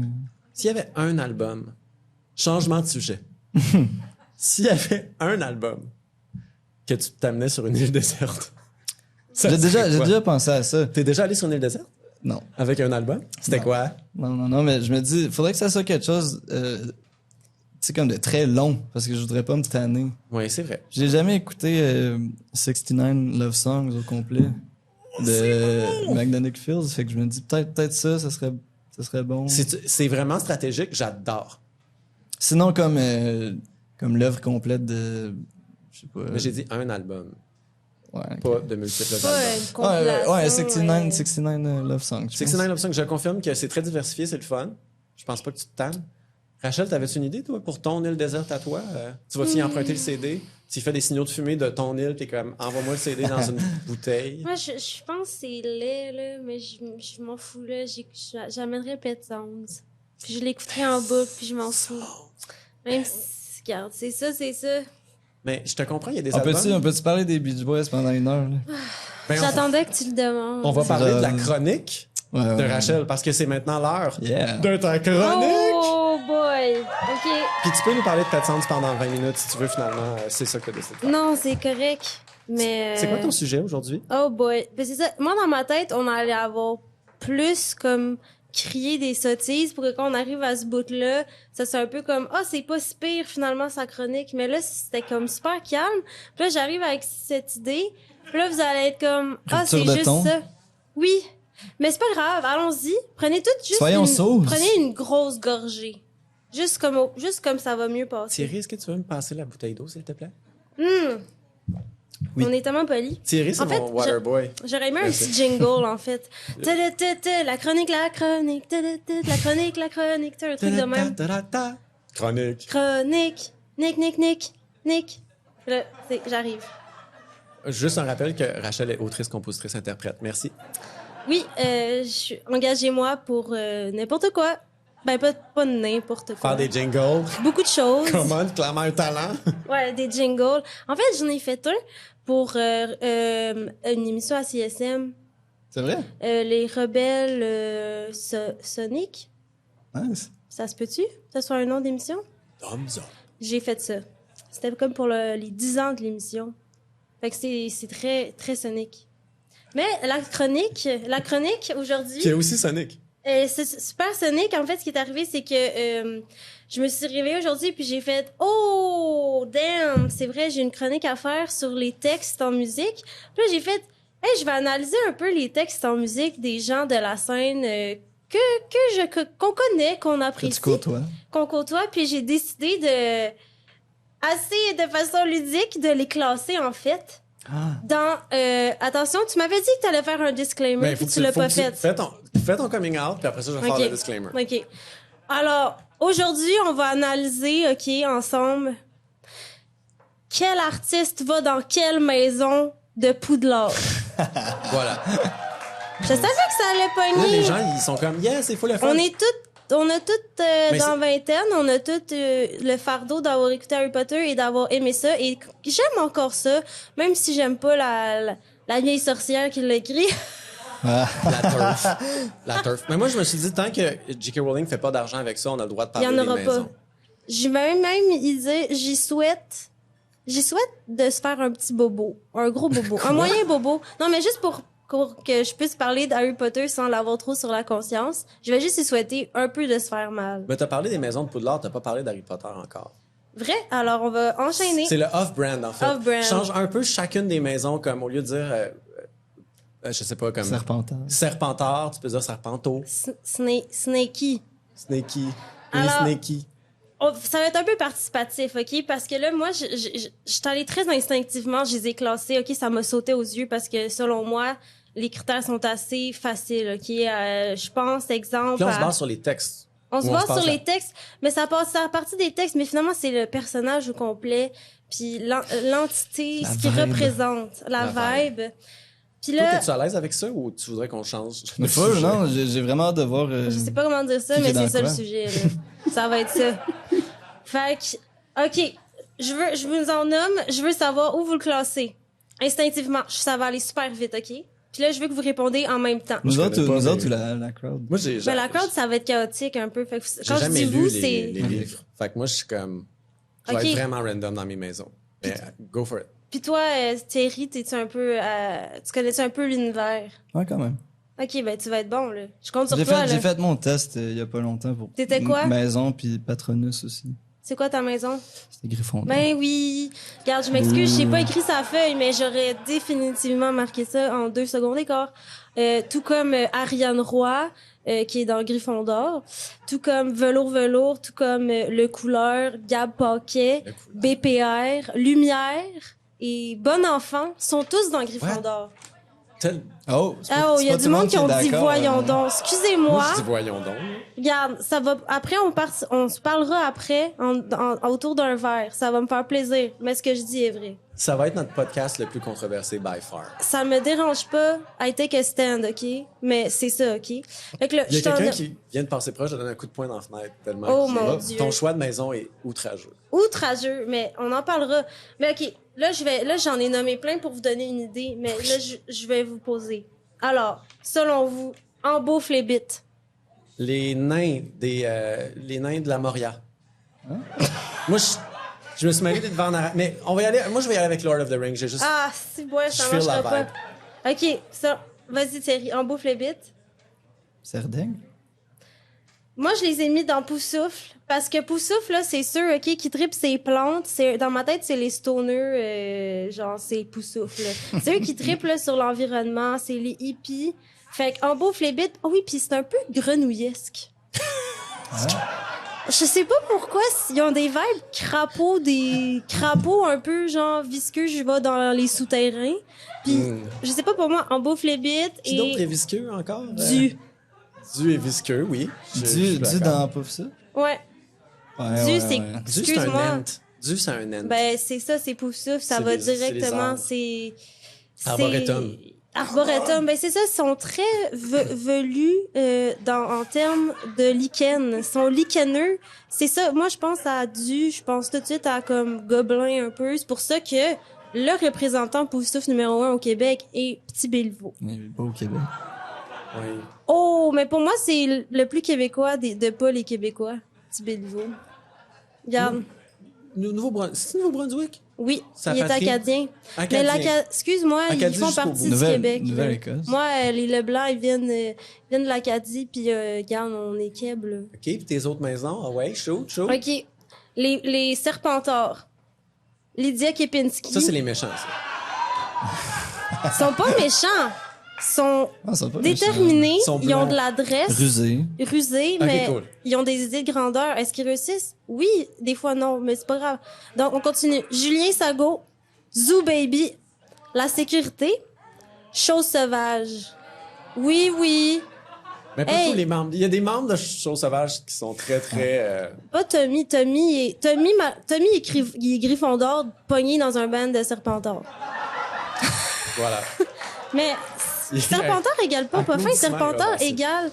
S'il y avait un album, changement de sujet. S'il y avait un album que tu t'amenais sur une île déserte, ça
J'ai
serait
déjà, j'ai
quoi?
déjà pensé à ça.
T'es déjà allé sur une île déserte
Non.
avec un album? C'était
Non.
quoi?
Non, non, non, mais je me dis, faudrait que ça soit quelque chose, euh, tu sais, comme de très long, parce que je voudrais pas me tanner.
Oui, c'est vrai.
J'ai jamais écouté euh, 69 Love Songs au complet de Magnetic Fields, fait que je me dis, peut-être peut ça, ça serait, ça serait bon.
C'est c'est vraiment stratégique, j'adore.
Sinon, comme, euh, comme l'œuvre complète de. Je sais pas. euh,
Mais j'ai dit un album,
Ouais, ok.
pas de multiples
Pas
albums.
Ouais,
une
ouais,
compilation, euh,
ouais, 69,
ouais.
69 Love Songs. je pense.
69 Love Songs, je confirme que c'est très diversifié, c'est le fun. Je pense pas que tu te tannes. Rachel, t'avais-tu une idée, toi, pour ton île déserte à toi? Euh, tu vas-tu y emprunter le CD? Tu fais des signaux de fumée de ton île, puis comme, envoie-moi le CD dans une bouteille.
Moi, je, je pense que c'est laid, là, mais je, je m'en fous, là. J'ai- j'a- J'amènerais Pet Sounds. Puis je l'écouterais en boucle, puis je m'en fous. Même si, regarde, c'est ça, c'est ça.
Mais je te comprends, il y a des
On
albums.
peut-tu on peut-tu parler des Beach Boys pendant une heure? là?
Ben, on-
J'attendais que tu le demandes.
on, va parler de la
Euh,
chronique
Ouais,
de
ouais.
Rachel parce que c'est maintenant l'heure
Yeah.
de ta chronique.
Oh boy! Aïe, ok.
Puis tu peux nous parler de Pet Sounds pendant 20 minutes si tu veux, finalement. euh, C'est ça que tu as décidé. de faire.
Non, c'est correct. Mais.
C'est quoi ton
euh,
sujet aujourd'hui?
Oh boy. Ben, c'est ça. Moi, dans ma tête, on allait avoir plus comme crier des sottises pour que quand on arrive à ce bout-là, ça soit un peu comme Ah, c'est pas si pire finalement sa chronique. Mais là, c'était comme super calme. Puis là, j'arrive avec cette idée. Puis là, vous allez être comme Ah,
Rupture
c'est
de
juste
ton.
ça. Oui. Mais c'est pas grave. Allons-y. Prenez tout juste.
Soyons
une...
sauces.
Prenez une grosse gorgée. Juste comme, au- juste comme ça va mieux passer.
Thierry, est-ce que tu veux me passer la bouteille d'eau, s'il te plaît?
Hmm.
Oui.
On est tellement polis.
Thierry, c'est
En fait,
mon waterboy.
J'aurais aimé un
Merci.
petit jingle, en fait. Ta-da, ta, ta, La chronique, la chronique, ta-da, ta, la chronique, la chronique, tu sais, un truc de même.
Ta-da-ta-ta-ta. Chronique.
Chronique, nick, nick, nick, nick. Là, c'est- j'arrive.
Juste un rappel que Rachel est autrice, compositrice, interprète. Merci.
Oui, euh, je suis- engagez-moi pour euh, n'importe quoi. Ben, pas, pas n'importe quoi.
Faire des jingles.
Beaucoup de choses.
Common, clairement un talent.
Ouais, des jingles. En fait, j'en ai fait un pour euh, euh, une émission à CSM.
C'est vrai?
euh, les rebelles euh, so- Sonic.
Nice.
Ça se peut-tu? Ça soit un nom d'émission?
Thumbs up.
J'ai fait ça. C'était comme pour le- les 10 ans de l'émission. Fait que c'est c'est très, très sonique. Mais la chronique, la chronique aujourd'hui,
Qui est aussi Sonic.
euh, c'est super sonique. En fait, ce qui est arrivé, c'est que euh, je me suis réveillée aujourd'hui puis j'ai fait « Oh, damn! C'est vrai, j'ai une chronique à faire sur les textes en musique. » Puis là, j'ai fait « Hey, je vais analyser un peu les textes en musique des gens de la scène euh, que, que je, que- qu'on connaît, qu'on
Que tu
apprécie. »
côtoies.
qu'on côtoie, puis j'ai décidé de, assez de façon ludique, de les classer, en fait.
Ah.
Dans, euh, attention, tu m'avais dit que tu allais faire un disclaimer,
Ben,
puis
que
tu l'as
faut
pas
que tu-
fait.
Fais ton, fais ton coming out, puis après ça, je vais
Ok.
faire le disclaimer.
OK. Alors, aujourd'hui, on va analyser, OK, ensemble, quel artiste va dans quelle maison de Poudlard.
Voilà.
Je savais que ça allait
Là,
pogner.
les gens, ils sont comme, yes, il faut le faire.
On est toutes, on a toutes euh,
Mais
dans vingtaine, on a toutes euh, le fardeau d'avoir écouté Harry Potter et d'avoir aimé ça. Et j'aime encore ça, même si j'aime pas la, la, la vieille sorcière qui l'a écrit.
Ah.
La turf. La turf. Mais moi, je me suis dit, tant que J.K. Rowling fait pas d'argent avec ça, on a le droit de
Il y
parler
en aura
des
pas.
maisons.
J'ai même, même idée, j'y souhaite. J'y souhaite de se faire un petit bobo, un gros bobo, un moyen bobo. Non, mais juste pour, pour que je puisse parler d'Harry Potter sans l'avoir trop sur la conscience, je vais juste y souhaiter un peu de se faire mal.
Mais t'as parlé des maisons de Poudlard, t'as pas parlé d'Harry Potter encore.
Vrai? Alors, on va enchaîner.
C'est le off-brand, en fait.
Off-brand.
Change un peu chacune des maisons, comme au lieu de dire, euh, euh, je sais pas, comme
Serpentard.
Serpentard, tu peux dire Serpenteau,
Sna- Sna- Snakey.
Snakey, les
Alors-
Snakey.
On- ça va être un peu participatif, OK? Parce que là, moi, je, je, je, je suis allée très instinctivement, je les ai classés, OK? Ça m'a sauté aux yeux parce que, selon moi, les critères sont assez faciles, OK? Euh, je pense, exemple...
Puis là, on se
à-
base sur les textes.
on se
Ou on
base
se passe
sur
à-
les textes, mais ça passe à partir des textes, mais finalement, c'est le personnage au complet, puis l'en- euh, l'entité,
La
ce qu'il
vibe.
représente, la,
La
vibe. Puis
Toi,
là,
es-tu à l'aise avec ça ou tu voudrais qu'on change?
Mais
de
pas,
sujet?
non, j'ai j'ai vraiment hâte de voir. euh,
Je sais pas comment dire ça,
Qui
mais
est dans
c'est ça le
quoi?
sujet. là. ça va être ça. Fait que, OK, je veux, je vous en nomme, je veux savoir où vous le classez. Instinctivement, Je- ça va aller super vite, OK? Puis là, je veux que vous répondez en même temps.
Nous
Je
autres,
connais
ou-
pas,
nous
mais-
autres ou la, la crowd?
Moi, j'ai
Mais la crowd, ça va être chaotique un peu. Fait que
J'ai
quand je
jamais
dis
lu
vous,
les,
c'est...
les livres. Fait que moi, je suis comme. Je vais
Ok.
être vraiment random dans mes maisons. Mais euh, go for it.
Puis toi, euh, Thierry, t'es-tu un peu... euh, tu connais-tu un peu l'univers?
Ouais, quand même.
OK, ben tu vas être bon, là. Je compte sur
J'ai
toi,
fait,
là.
j'ai fait mon test euh, il y a pas longtemps pour
T'étais quoi?
M- Maison puis Patronus aussi.
C'est quoi ta maison?
C'était Griffon.
Ben oui. Regarde, je m'excuse, j'ai pas écrit sa feuille, mais j'aurais définitivement marqué ça en deux secondes d'écart. Euh, tout comme euh, Ariane Roy, euh, qui est dans Gryffondor. Tout comme Velours Velours, tout comme euh, Le Couleur, Gab Paquet,
Le coup.
BPR, Lumière et Bon Enfant sont tous dans Gryffondor.
Tel-
Oh, c'est pas-
Ah oh,
c'est
il y a
pas
du
tout le
monde qui ont
est
dit
d'accord,
voyons
euh,
donc.
Moi,
Excusez-moi.
je dis voyons donc.
Regarde, ça va. Après, on part, on se parlera après en- en- autour d'un verre. Ça va me faire plaisir. Mais ce que je dis est vrai.
Ça va être notre podcast le plus controversé by far.
Ça me dérange pas. I take a stand, ok. Mais c'est ça, ok. Fait que là,
Il y a
je t'en
quelqu'un qui vient de passer proche, je donne un coup de poing dans la fenêtre tellement.
Oh,
qu'il-
mon Dieu.
Ton choix de maison est outrageux.
outrageux, mais on en parlera. Mais ok, là je vais, là j'en ai nommé plein pour vous donner une idée, mais là je, je vais vous poser. Alors, selon vous, en bouffe les bites.
Les nains des euh, les nains de la Moria. Moi, je, je me suis marié d'être en arrière. Mais on va y aller. Moi, je vais y aller avec Lord of the Rings. J'ai juste.
Ah, si, moi,
Je
ça
feel la
marchera pas. Ok, ça. Vas-y, Thierry, on bouffe le bit.
Serdaigle?
Moi, je les ai mis dans Poussoufle. Parce que Poussoufle, là, c'est sûr, OK, qui tripe ses plantes. C'est, dans ma tête, c'est les stoners, euh, genre, c'est Poussoufle. là. c'est eux qui tripent là, sur l'environnement, c'est les hippies. Fait qu'en beau flébite, oh oui, puis c'est un peu grenouillesque. Je sais pas pourquoi, ils ont des vibes crapauds, des crapauds un peu, genre, visqueux, je vais dans les souterrains. Puis,
Hmm.
je sais pas, pour moi, en beau flébite
Qui d'autre est
et
visqueux encore? Euh,
du.
Du est visqueux, oui. Je- je suis
Du, du
d'accord.
dans Pouf ça?
Ouais.
Ouais,
Du,
ouais,
c'est-
Du, c'est
ouais.
un
Excuse-moi.
ent. Du, c'est un ent.
Ben, c'est ça, c'est Poufsouffle. Ça
C'est
va
les- c'est les
directement.
arbres.
C'est. c'est-
Arboretum.
Arboretum. Ben, c'est ça. Ils sont très ve- velus euh, dans, en termes de lichen. Ils sont licaneux. C'est ça. Moi, je pense à du. Je pense tout de suite à comme gobelin un peu. C'est pour ça que le représentant Poufsouffle numéro un au Québec est Petit Béliveau.
Il est beau au Québec.
Oui.
Oh, mais pour moi, c'est le- le plus québécois des- de pas les Québécois. Petit Béliveau. Regarde.
Nou- Nouveau-Brun- C'est Nouveau-Brunswick?
Oui,
Mmh. Sa
il est
patrie.
acadien. Mais
Acadien.
l'Aca- excuse-moi, ils
Acadie
font
jusqu'au
partie
bout.
du
Nouvelle-
Québec. là.
Nouvelle-Écosse.
Moi, euh, les Leblancs, ils viennent, euh, ils viennent de l'Acadie, puis euh, regarde, on est Québec. là.
OK, puis tes autres maisons? Ah ouais, chaud, chaud.
OK. Les, les Serpentards. Lydia Kepinski.
Ça, c'est les méchants, ça.
Ils sont pas méchants. Ils sont
Ah, ils sont pas méchants.
déterminés,
Ils sont
ils ont
blancs.
de l'adresse.
Rusé.
rusés,
Ok,
mais
cool.
ils ont des idées de grandeur. Est-ce qu'ils réussissent? Oui, des fois non, mais c'est pas grave. Donc, on continue. Julien Sago, Zoo Baby, La Sécurité, Chose Sauvage. Oui, oui.
Mais pas
Hey.
tous les membres. Il y a des membres de Chose Sauvage qui sont très, très... euh,
Pas Tommy. Tommy est, Tommy, ma- Tommy est, Gri- il est Gryffondor pogné dans un band de Serpentard.
voilà.
Mais
Il y a-
Serpentard égale pas pas fin.
Applaudissements,
Serpentard
Robert, c'est-
égale.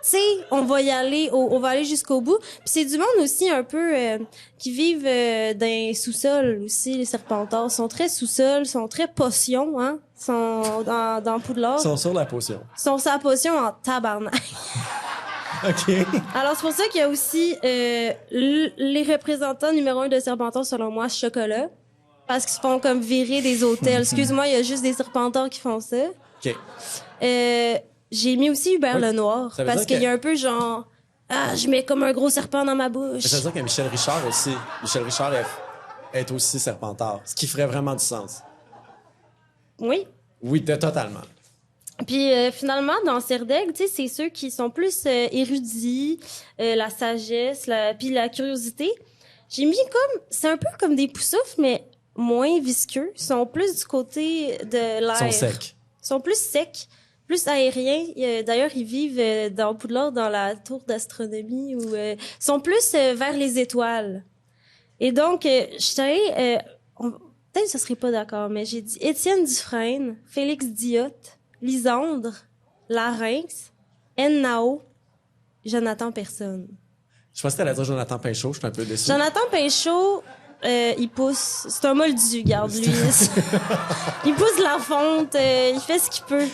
Tu sais, on va y aller, au- on va aller jusqu'au bout. Puis c'est du monde aussi un peu euh, qui vivent euh, dans sous-sol aussi. Les Serpentards Ils sont très sous-sol, sont très potions, hein. Ils Sont dans, dans Poudlard.
Ils sont sur la potion.
Ils Sont sa potion en tabarnak.
OK.
Alors c'est pour ça qu'il y a aussi euh, l- les représentants numéro un de Serpentard selon moi, chocolat, parce qu'ils se font comme virer des hôtels. Excuse-moi, il y a juste des Serpentards qui font ça.
OK.
Euh, j'ai mis aussi Hubert
Oui.
Lenoir
Ça veut
parce
dire
qu'il
que-
y a un peu genre ah je mets comme un gros serpent dans ma bouche.
Mais ça veut dire que Michel Richard aussi. Michel Richard est, est aussi serpentard, ce qui ferait vraiment du sens.
Oui.
Oui, de- totalement.
Puis euh, finalement dans Serdaigle, tu sais c'est ceux qui sont plus euh, érudits, euh, la sagesse, la... puis la curiosité. J'ai mis comme c'est un peu comme des poussoufles mais moins visqueux, Ils sont plus du côté de l'air.
Ils sont secs.
Ils sont plus secs, plus aériens. Euh, D'ailleurs, ils vivent euh, dans Poudlard, dans la tour d'astronomie, où euh, ils sont plus euh, vers les étoiles. Et donc, euh, je savais, peut-être que ce serait pas d'accord, mais j'ai dit Étienne Dufresne, Félix Diotte, Lisandre, Larynx, Ennao, Jonathan Personne.
Je pensais que t'allais dire Jonathan Pinchot, je suis un peu déçu.
Jonathan Pinchot, euh, il pousse. C'est un moldu, garde lui. il pousse de la fonte, euh, il fait ce qu'il peut.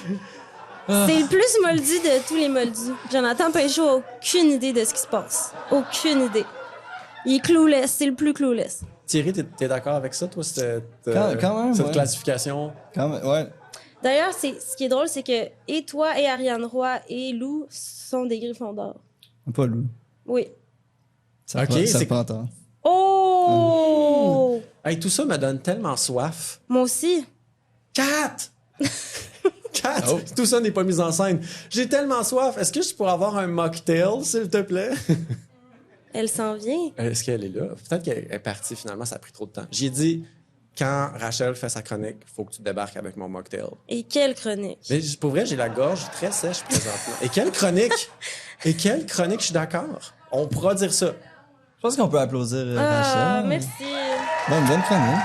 C'est le plus moldu de tous les moldus. Jonathan Pinchot a aucune idée de ce qui se passe. Aucune idée. Il est clouless, c'est le plus clouless.
Thierry, t'es, t'es d'accord avec ça, toi, cette, euh,
Quand- quand même,
cette
ouais.
classification?
Quand même, ouais.
D'ailleurs, c'est ce qui est drôle, c'est que et toi et Ariane Roy et Lou sont des griffons d'or.
Pas loup.
Oui.
Ça
Ok,
prend-
c'est-
ça prend temps.
Oh!
Hey, tout ça me donne tellement soif.
Moi aussi.
Cat! Cat! Tout ça n'est pas mis en scène. J'ai tellement soif. Est-ce que je pourrais avoir un mocktail, s'il te plaît?
Elle s'en vient.
Euh, Est-ce qu'elle est là? Peut-être qu'elle est partie finalement, ça a pris trop de temps. J'ai dit, quand Rachel fait sa chronique, faut que tu débarques avec mon mocktail.
Et quelle chronique.
Mais j- pour vrai, j'ai la gorge très sèche présentement. Et quelle chronique! Et quelle chronique, je suis d'accord. On pourra dire ça.
Je pense qu'on peut applaudir euh,
Ah,
Rachel.
merci.
Bah, Bonne, bonne chronique.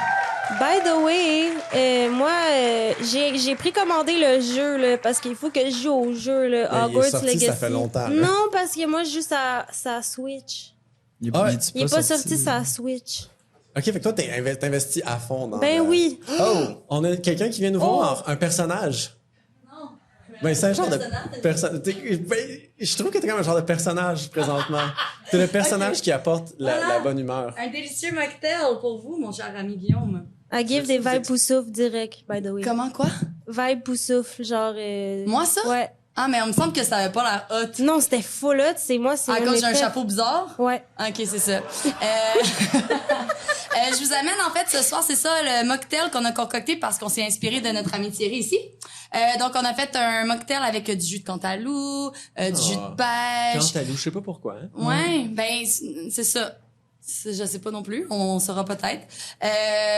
By the way, euh, moi, euh, j'ai j'ai précommandé le jeu là, parce qu'il faut que je joue au jeu là,
Mais il est
Hogwarts
sorti, ça
Legacy.
fait longtemps, là.
Non, parce que moi, je joue sa, sa Switch.
Il est,
Ah ouais.
est-tu
Il est pas sorti sa Switch.
OK, fait que toi, t'es inve- t'investis à fond dans le-
Ben oui.
Oh! On a quelqu'un qui vient nous
Oh!
voir, un personnage. Ben, c'est un genre de
Personnage, t'as
personne. t'es- ben, je trouve que t'es comme un genre de personnage présentement. T'es le personnage qui apporte la,
Voilà. Euh,
la bonne humeur.
Un délicieux mocktail pour vous, mon cher ami Guillaume.
I give des vibes au souffle direct, by the way.
Comment quoi?
Vibes au souffle, genre. euh,
Moi, ça?
Ouais.
Ah, mais on me semble que ça avait pas l'air hot.
Non, c'était full hot, c'est moi, c'est.
À
un
cause d'un
effet.
chapeau bizarre?
Ouais.
Ok, c'est ça. Euh, euh, je vous amène en fait ce soir, c'est ça le mocktail qu'on a concocté parce qu'on s'est inspiré de notre ami Thierry ici. Euh, donc on a fait un mocktail avec euh, du jus de cantalou, euh, du jus de
Oh.
pêche.
Cantalou, je sais pas pourquoi. hein.
Ouais, ben c'est c'est ça. C'est- Je sais pas non plus, on saura peut-être. Euh,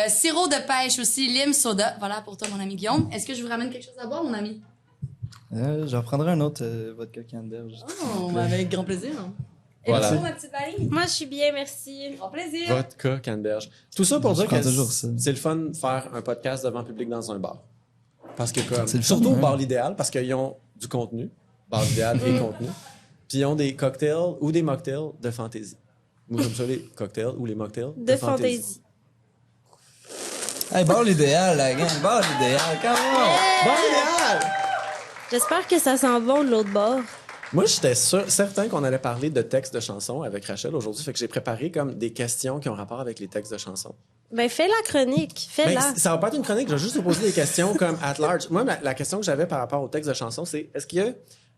sirop de pêche aussi, lime, soda. Voilà pour toi mon ami Guillaume. Est-ce que je vous ramène quelque chose à boire mon ami
Euh, J'en prendrai un autre euh, vodka canneberge.
Oh, avec grand plaisir.
Voilà.
Bonjour ma petite Valérie.
Moi, je suis bien, merci.
Grand plaisir.
Vodka, canneberge. Tout ça pour
Je
dire que
prends toujours ça.
c'est c'est le fun de faire un podcast devant public dans un bar. Parce que comme,
C'est le fun, hein.
surtout au
ouais.
bar l'idéal, parce qu'ils ont du contenu, bar l'idéal et contenu, puis ils ont des cocktails ou des mocktails de fantaisie. Moi, j'aime ça les cocktails ou les mocktails de,
De fantaisie.
Hey, barre l'idéal, la gang, barre l'idéal, comment?
Bar l'idéal!
J'espère que ça sent bon de l'autre bord.
Moi, j'étais sûr- certain qu'on allait parler de textes de chansons avec Rachel aujourd'hui, fait que j'ai préparé comme des questions qui ont rapport avec les textes de chansons.
Ben, fais la chronique.
Mais
Fais-la.
Ben, c- ça va pas être une chronique, je vais juste te poser des questions comme at large. Moi, ma- la question que j'avais par rapport aux textes de chansons, c'est est-ce qu'il y a,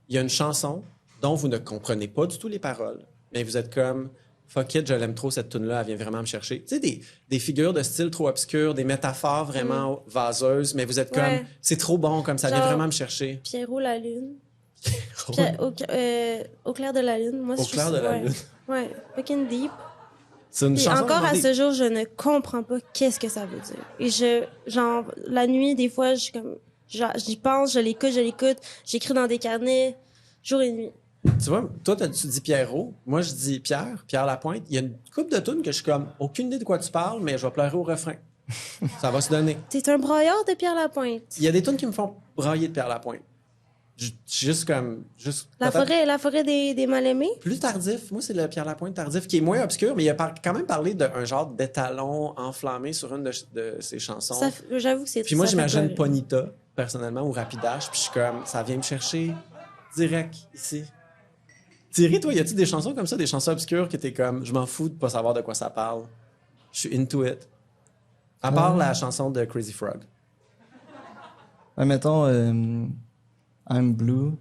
il y a une chanson dont vous ne comprenez pas du tout les paroles, mais vous êtes comme fuck it, je l'aime trop cette tune là, elle vient vraiment me chercher. Tu sais des, des figures de style trop obscures, des métaphores vraiment vaseuses, mais vous êtes comme
Mm. Ouais.
c'est trop bon comme ça vient
Genre-
vraiment me chercher.
Pierrot la lune. Pierre- au, euh, au clair de la lune. Moi,
Au
je
clair
suis-
de la
ouais.
lune.
Ouais, fucking deep.
C'est une
Puis
chanson
encore à
demandée.
ce jour, je ne comprends pas qu'est-ce que ça veut dire. Et je, genre, la nuit, des fois, je suis comme, genre, j'y pense, je l'écoute, je l'écoute, j'écris dans des carnets, jour et nuit.
Tu vois, toi, t'as- tu dis Pierrot. Moi, je dis Pierre, Pierre Lapointe. Il y a une coupe de tunes que je suis comme, aucune idée de quoi tu parles, mais je vais pleurer au refrain. Ça va se donner.
T'es un broyeur de Pierre Lapointe.
Il y a des tunes qui me font brailler de Pierre Lapointe. Je je suis juste comme, juste.
La
peut-être
forêt, la forêt des, des mal-aimés.
Plus tardif. Moi, c'est le Pierre Lapointe tardif qui est moins obscur, mais il a par- quand même parlé d'un genre d'étalon enflammé sur une de, ch- de ses chansons.
Ça f- J'avoue que c'est
Puis moi,
ça fait
j'imagine
peur.
Ponita, personnellement, ou Rapidash, puis je suis comme, ça vient me chercher direct ici. Thierry, toi, y a-tu des chansons comme ça, des chansons obscures que t'es comme, je m'en fous de pas savoir de quoi ça parle? Je suis into it. À part
Ah.
la chanson de Crazy Frog.
Ouais, mettons, euh, I'm Blue.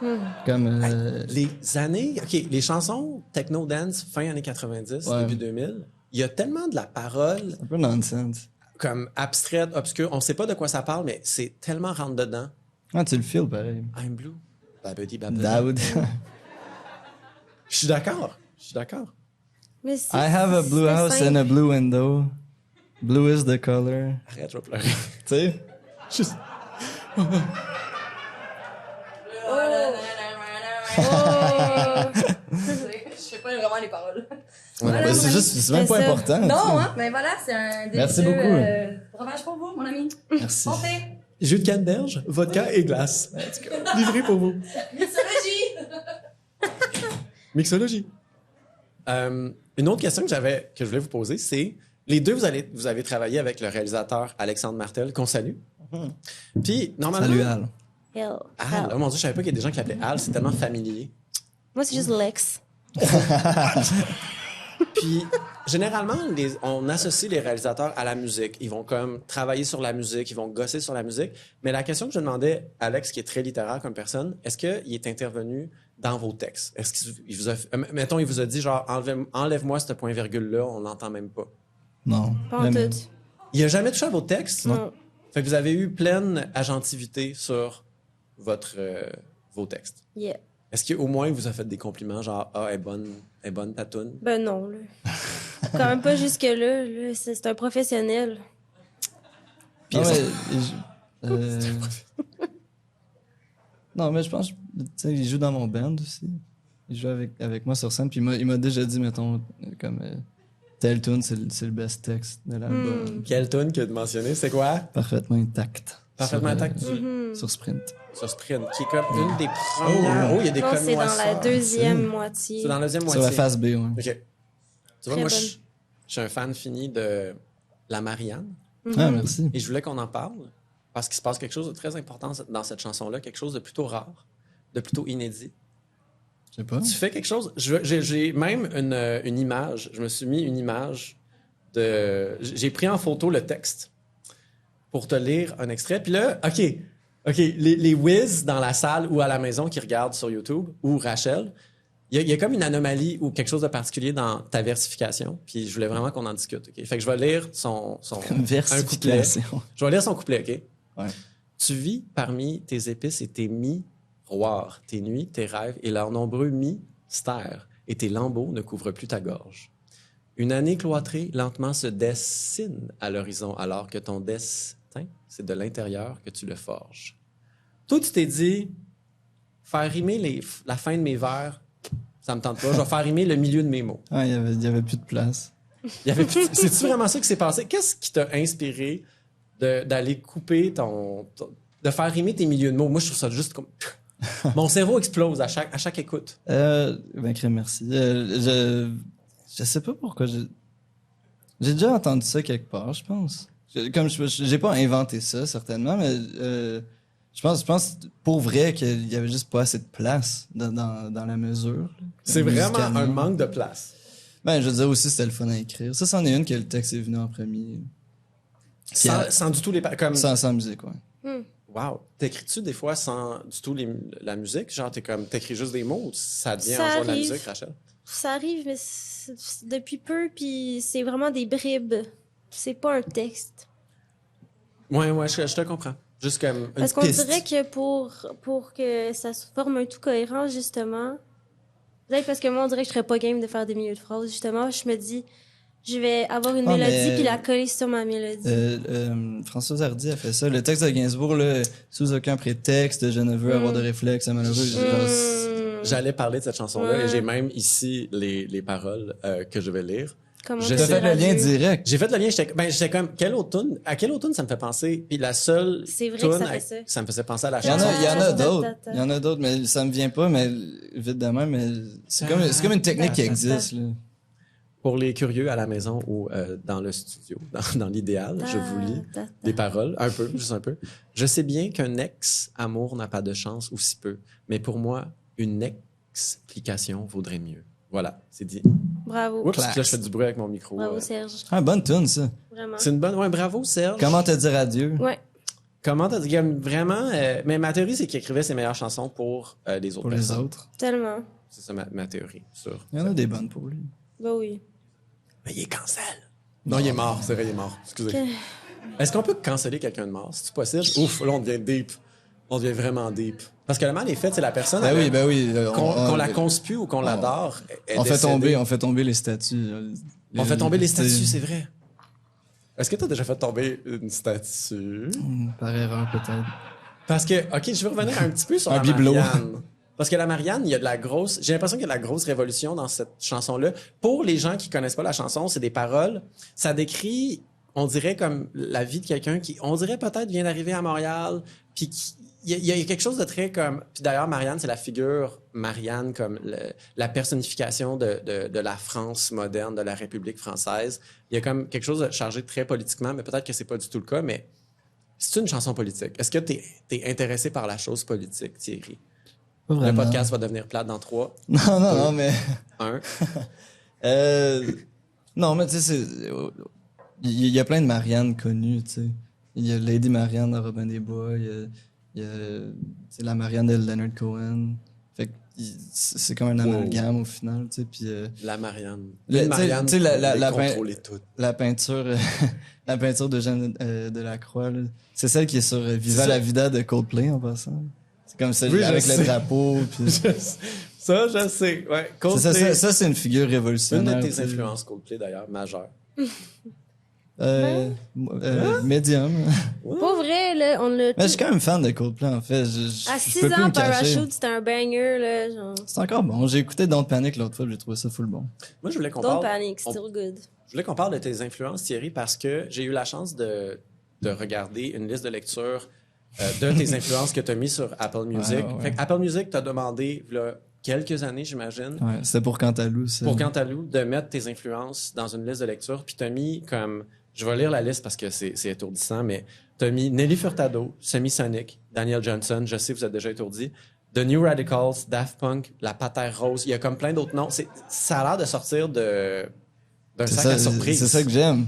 Hmm.
Comme. euh,
Les années, OK, les chansons techno dance fin années 90,
Ouais.
début 2000, il y a tellement de la parole
un peu nonsense.
comme abstraite, obscure, on sait pas de quoi ça parle, mais c'est tellement rentre dedans.
Ah, tu le feels pareil.
I'm blue. Babidi, babidi.
Daoud.
Je suis d'accord. Je suis d'accord.
Mais c'est-
I have a blue
c'est
house
simple.
and a blue window. Blue is the color.
Arrête, je vais pleurer.
Tu sais?
Juste-
Oh. Je sais pas vraiment les paroles.
Ben, c'est juste, c'est même pas
C'est ça.
important. tu sais.
Non, hein? Ben voilà, c'est un délicieux
Merci beaucoup.
euh, breuvage pour vous, mon ami.
Merci.
Santé!
Jus de canneberge, vodka et glace. Livré pour vous.
Mixologie!
Mixologie. Euh, une autre question que j'avais, que je voulais vous poser, c'est les deux, vous, allez, vous avez travaillé avec le réalisateur Alexandre Martel, qu'on salue. Puis, normalement.
Salut Al.
Hell.
Al. Oh mon Dieu, je savais pas qu'il y a des gens qui l'appelaient Al, c'est tellement familier.
Moi, c'est juste Lex.
Puis, généralement, les- on associe les réalisateurs à la musique. Ils vont comme travailler sur la musique, ils vont gosser sur la musique. Mais la question que je demandais, à Alex, qui est très littéraire comme personne, est-ce qu'il est intervenu dans vos textes? Est-ce qu'il vous a, euh, mettons, il vous a dit genre, enlève- enlève-moi ce point-virgule-là, on l'entend même pas.
Non.
Pas en
jamais.
tout.
Il a jamais touché à vos textes?
Non.
Fait que vous avez eu pleine agentivité sur votre, euh, vos textes.
Yeah.
Est-ce qu'au moins, il vous a fait des compliments genre, ah, elle est bonne, elle est bonne, ta toune?
Ben non, là. Quand même pas jusque-là. là. C'est c'est un professionnel.
Puis
Non,
est-ce-
mais, je- euh, non, mais je pense, tu sais, il joue dans mon band aussi. Il joue avec, avec moi sur scène. Puis il m'a- il m'a déjà dit, mettons, euh, comme euh, tel tune, c'est le c'est le best texte de l'album.
Quelle toune que de mentionner? C'est quoi?
Parfaitement intact.
Parfaitement
Sur, euh,
intact.
Mhm.
Sur Sprint.
Sur Sprint, qui est comme une des premières. Oh, il y a des
Je pense que c'est dans la
connoisseurs.
deuxième moitié.
C'est dans la deuxième
Sur
moitié.
la phase B, ouais.
OK. Tu vois,
Très
moi,
bonne.
je je suis un fan fini de La Marianne
Ah, merci.
Mhm.
et je voulais qu'on en parle. Parce qu'il se passe quelque chose de très important dans cette chanson-là, quelque chose de plutôt rare, de plutôt inédit.
Je sais pas.
Tu fais quelque chose. je- J'ai j'ai même une, euh, une image. Je me suis mis une image de. J'ai pris en photo le texte pour te lire un extrait. Puis là, OK. OK. Les, les whiz dans la salle ou à la maison qui regardent sur YouTube ou Rachel, il y, a- il y a comme une anomalie ou quelque chose de particulier dans ta versification. Puis je voulais vraiment qu'on en discute. OK? Fait que je vais lire son. son
Versification.
je vais lire son couplet, OK?
Ouais.
Tu vis parmi tes épices et tes miroirs, tes nuits, tes rêves et leurs nombreux mystères, et tes lambeaux ne couvrent plus ta gorge. Une année cloîtrée lentement se dessine à l'horizon, alors que ton destin, c'est de l'intérieur que tu le forges. Toi, tu t'es dit, faire rimer les- la fin de mes vers, ça me tente pas, je vais faire rimer le milieu de mes mots.
Ah, il y avait, il y avait plus de place.
Il y avait plus- C'est-tu vraiment ça qui s'est passé? Qu'est-ce qui t'a inspiré de- d'aller couper ton, ton- de faire rimer tes milieux de mots? Moi, je trouve ça juste comme. Mon cerveau explose à chaque, à chaque écoute.
Euh, ben, crème, merci. Euh, je, je sais pas pourquoi. je- J'ai déjà entendu ça quelque part, je pense. Je- comme je je- j'ai pas inventé ça, certainement, mais euh, je pense, je pense pour vrai qu'il y avait juste pas assez de place dans, dans, dans la mesure. là.
C'est vraiment
Musicalement.
un manque de place.
Ben, je veux dire aussi, c'était le fun à écrire. Ça, c'en est une que le texte est venu en premier. Qui
Sans,
a-
sans du tout les. pa- Comme,
Sans, sans musique, ouais.
Wow. T'écris-tu des fois sans du tout les- la musique? Genre, t'es comme, t'écris juste des mots ou ça devient
Ça
un jour de la
arrive.
musique, Rachel?
Ça arrive, mais c'est- c'est depuis peu, puis c'est vraiment des bribes. C'est pas un texte.
Ouais, ouais, je, je te comprends. Juste comme une
Parce qu'on
piste.
dirait que pour, pour que ça se forme un tout cohérent, justement, peut-être parce que moi, on dirait que je serais pas game de faire des milieux de phrases, justement, je me dis, je vais avoir une
Ah,
mélodie,
mais-
puis la coller sur ma mélodie.
Euh, euh, Françoise Hardy a fait ça. Le texte de Gainsbourg, là, sous aucun prétexte, je ne veux avoir
Mm.
de réflexe, malheureux. Genre, c'est-
Hmm,
J'allais parler de cette chanson-là et
Ouais.
j'ai même ici les, les paroles euh, que je vais lire.
comment
je
tu
T'as fait
l'as
le lien
vu?
direct.
J'ai fait le lien, j'étais ben, j'étais comme, quelle autre tune? À quelle autre tune ça me fait penser? Puis la seule
C'est vrai que
tune
ça fait
à-
ça.
me faisait penser à la
Il y en
chanson.
a, il y en a
Ah,
d'autres.
ta, ta, ta.
Il y en a d'autres, mais ça me vient pas, mais vite demain, mais c'est comme, c'est comme une technique qui existe, là.
Pour les curieux à la maison ou euh, dans le studio, dans, dans l'idéal, je vous lis
Ah, Ta, ta, ta.
les paroles, un peu, juste un peu. Je sais bien qu'un ex-amour n'a pas de chance ou si peu, mais pour moi, une explication vaudrait mieux. Voilà, c'est dit.
Bravo.
Oups, là, je fais du bruit avec mon micro.
Bravo,
euh.
Serge.
Ah, bonne tune, ça.
Vraiment.
C'est une bonne. Ouais, bravo, Serge.
Comment te dire adieu?
Ouais.
Comment t'as dit comme, vraiment. euh, mais ma théorie, c'est qu'il écrivait ses meilleures chansons pour euh, les autres
Pour les
personnes.
autres.
Tellement.
C'est ça ma, ma théorie sur.
Il y en a des bonnes pour lui.
Bah oui.
Mais il est cancel. Non, il est mort, c'est vrai, il est mort. Excusez.
Que-
Est-ce qu'on peut canceller quelqu'un de mort? C'est possible? Ouf, là, on devient deep. On devient vraiment deep. Parce que le mal est fait, c'est la personne
Ben
elle-
oui, ben oui. euh,
qu'on
on-
qu'on
on-
la conspue ou qu'on l'adore. est
on fait
décédée.
tomber, on fait tomber les statues. là.
On fait tomber les statues, c'est vrai. Est-ce que tu as déjà fait tomber une statue?
Hmm, Par erreur, peut-être.
Parce que, OK, je veux revenir un petit peu sur
Un
la
bibelot.
Marianne. Parce que la Marianne, il y a de la grosse. J'ai l'impression qu'il y a de la grosse révolution dans cette chanson-là. Pour les gens qui connaissent pas la chanson, c'est des paroles. Ça décrit, on dirait comme la vie de quelqu'un qui, on dirait peut-être vient d'arriver à Montréal, puis qui- il y, a- il y a quelque chose de très comme. Puis d'ailleurs, Marianne, c'est la figure Marianne comme le- la personnification de, de- de la France moderne, de la République française. Il y a comme quelque chose de chargé très politiquement, mais peut-être que c'est pas du tout le cas. Mais c'est une chanson politique. Est-ce que tu es, intéressé par la chose politique, Thierry?
Pas
Le
vraiment.
podcast va devenir plate dans 3,
Non, non, non, mais.
1.
Euh, non, mais tu sais, c'est- euh, il y a plein de Marianne connues, tu sais. Il y a Lady Marianne de Robin des Bois, il y a, il y a, tu sais, la Marianne de Leonard Cohen. Fait que il- c'est c'est comme un amalgame au final, tu sais. Puis euh,
La Marianne. Une
Le- tu sais-
Marianne,
tu sais, la-
pour
la-
les
la-
contrôler toutes.
la peinture, euh, la peinture de Jeanne euh, Delacroix, là, c'est celle qui est sur euh, Viva
C'est ça.
la Vida de Coldplay en passant. C'est comme celle
Oui, je
avec
sais.
le drapeau. puis-
ça, je sais. Ouais.
C'est ça,
Coldplay,
ça, ça, c'est une figure
une
révolutionnaire.
de
tu sais.
tes influences, Coldplay, d'ailleurs, majeure.
Euh,
Hein?
euh, Medium.
Pas vrai, là, on l'a
Mais je
tout-
suis quand même fan de Coldplay, en fait. Je, je,
À
je
6
peux plus
ans,
me cacher.
Parachute, c'était un banger, là. Genre,
C'est encore bon. J'ai écouté Don't Panic l'autre fois, j'ai trouvé ça full bon.
Moi, je voulais qu'on
Don't
parle,
panic,
on-
still good.
je voulais qu'on parle de tes influences, Thierry, parce que j'ai eu la chance de, de regarder une liste de lecture euh, de tes influences que tu as mis sur Apple Music.
ouais, ouais.
Fait que Apple Music t'a demandé, il y a quelques années, j'imagine,
Ouais, c'était pour Cantalou, ça.
pour Cantalou de mettre tes influences dans une liste de lecture. Puis t'as mis comme, je vais lire la liste parce que c'est c'est étourdissant, mais T'as mis Nelly Furtado, Semi-Sonic, Daniel Johnson, je sais, vous êtes déjà étourdis, The New Radicals, Daft Punk, La Patère Rose. Il y a comme plein d'autres noms. C'est- Ça a l'air de sortir de- d'un
C'est
sac
ça,
à surprise.
c'est ça que j'aime.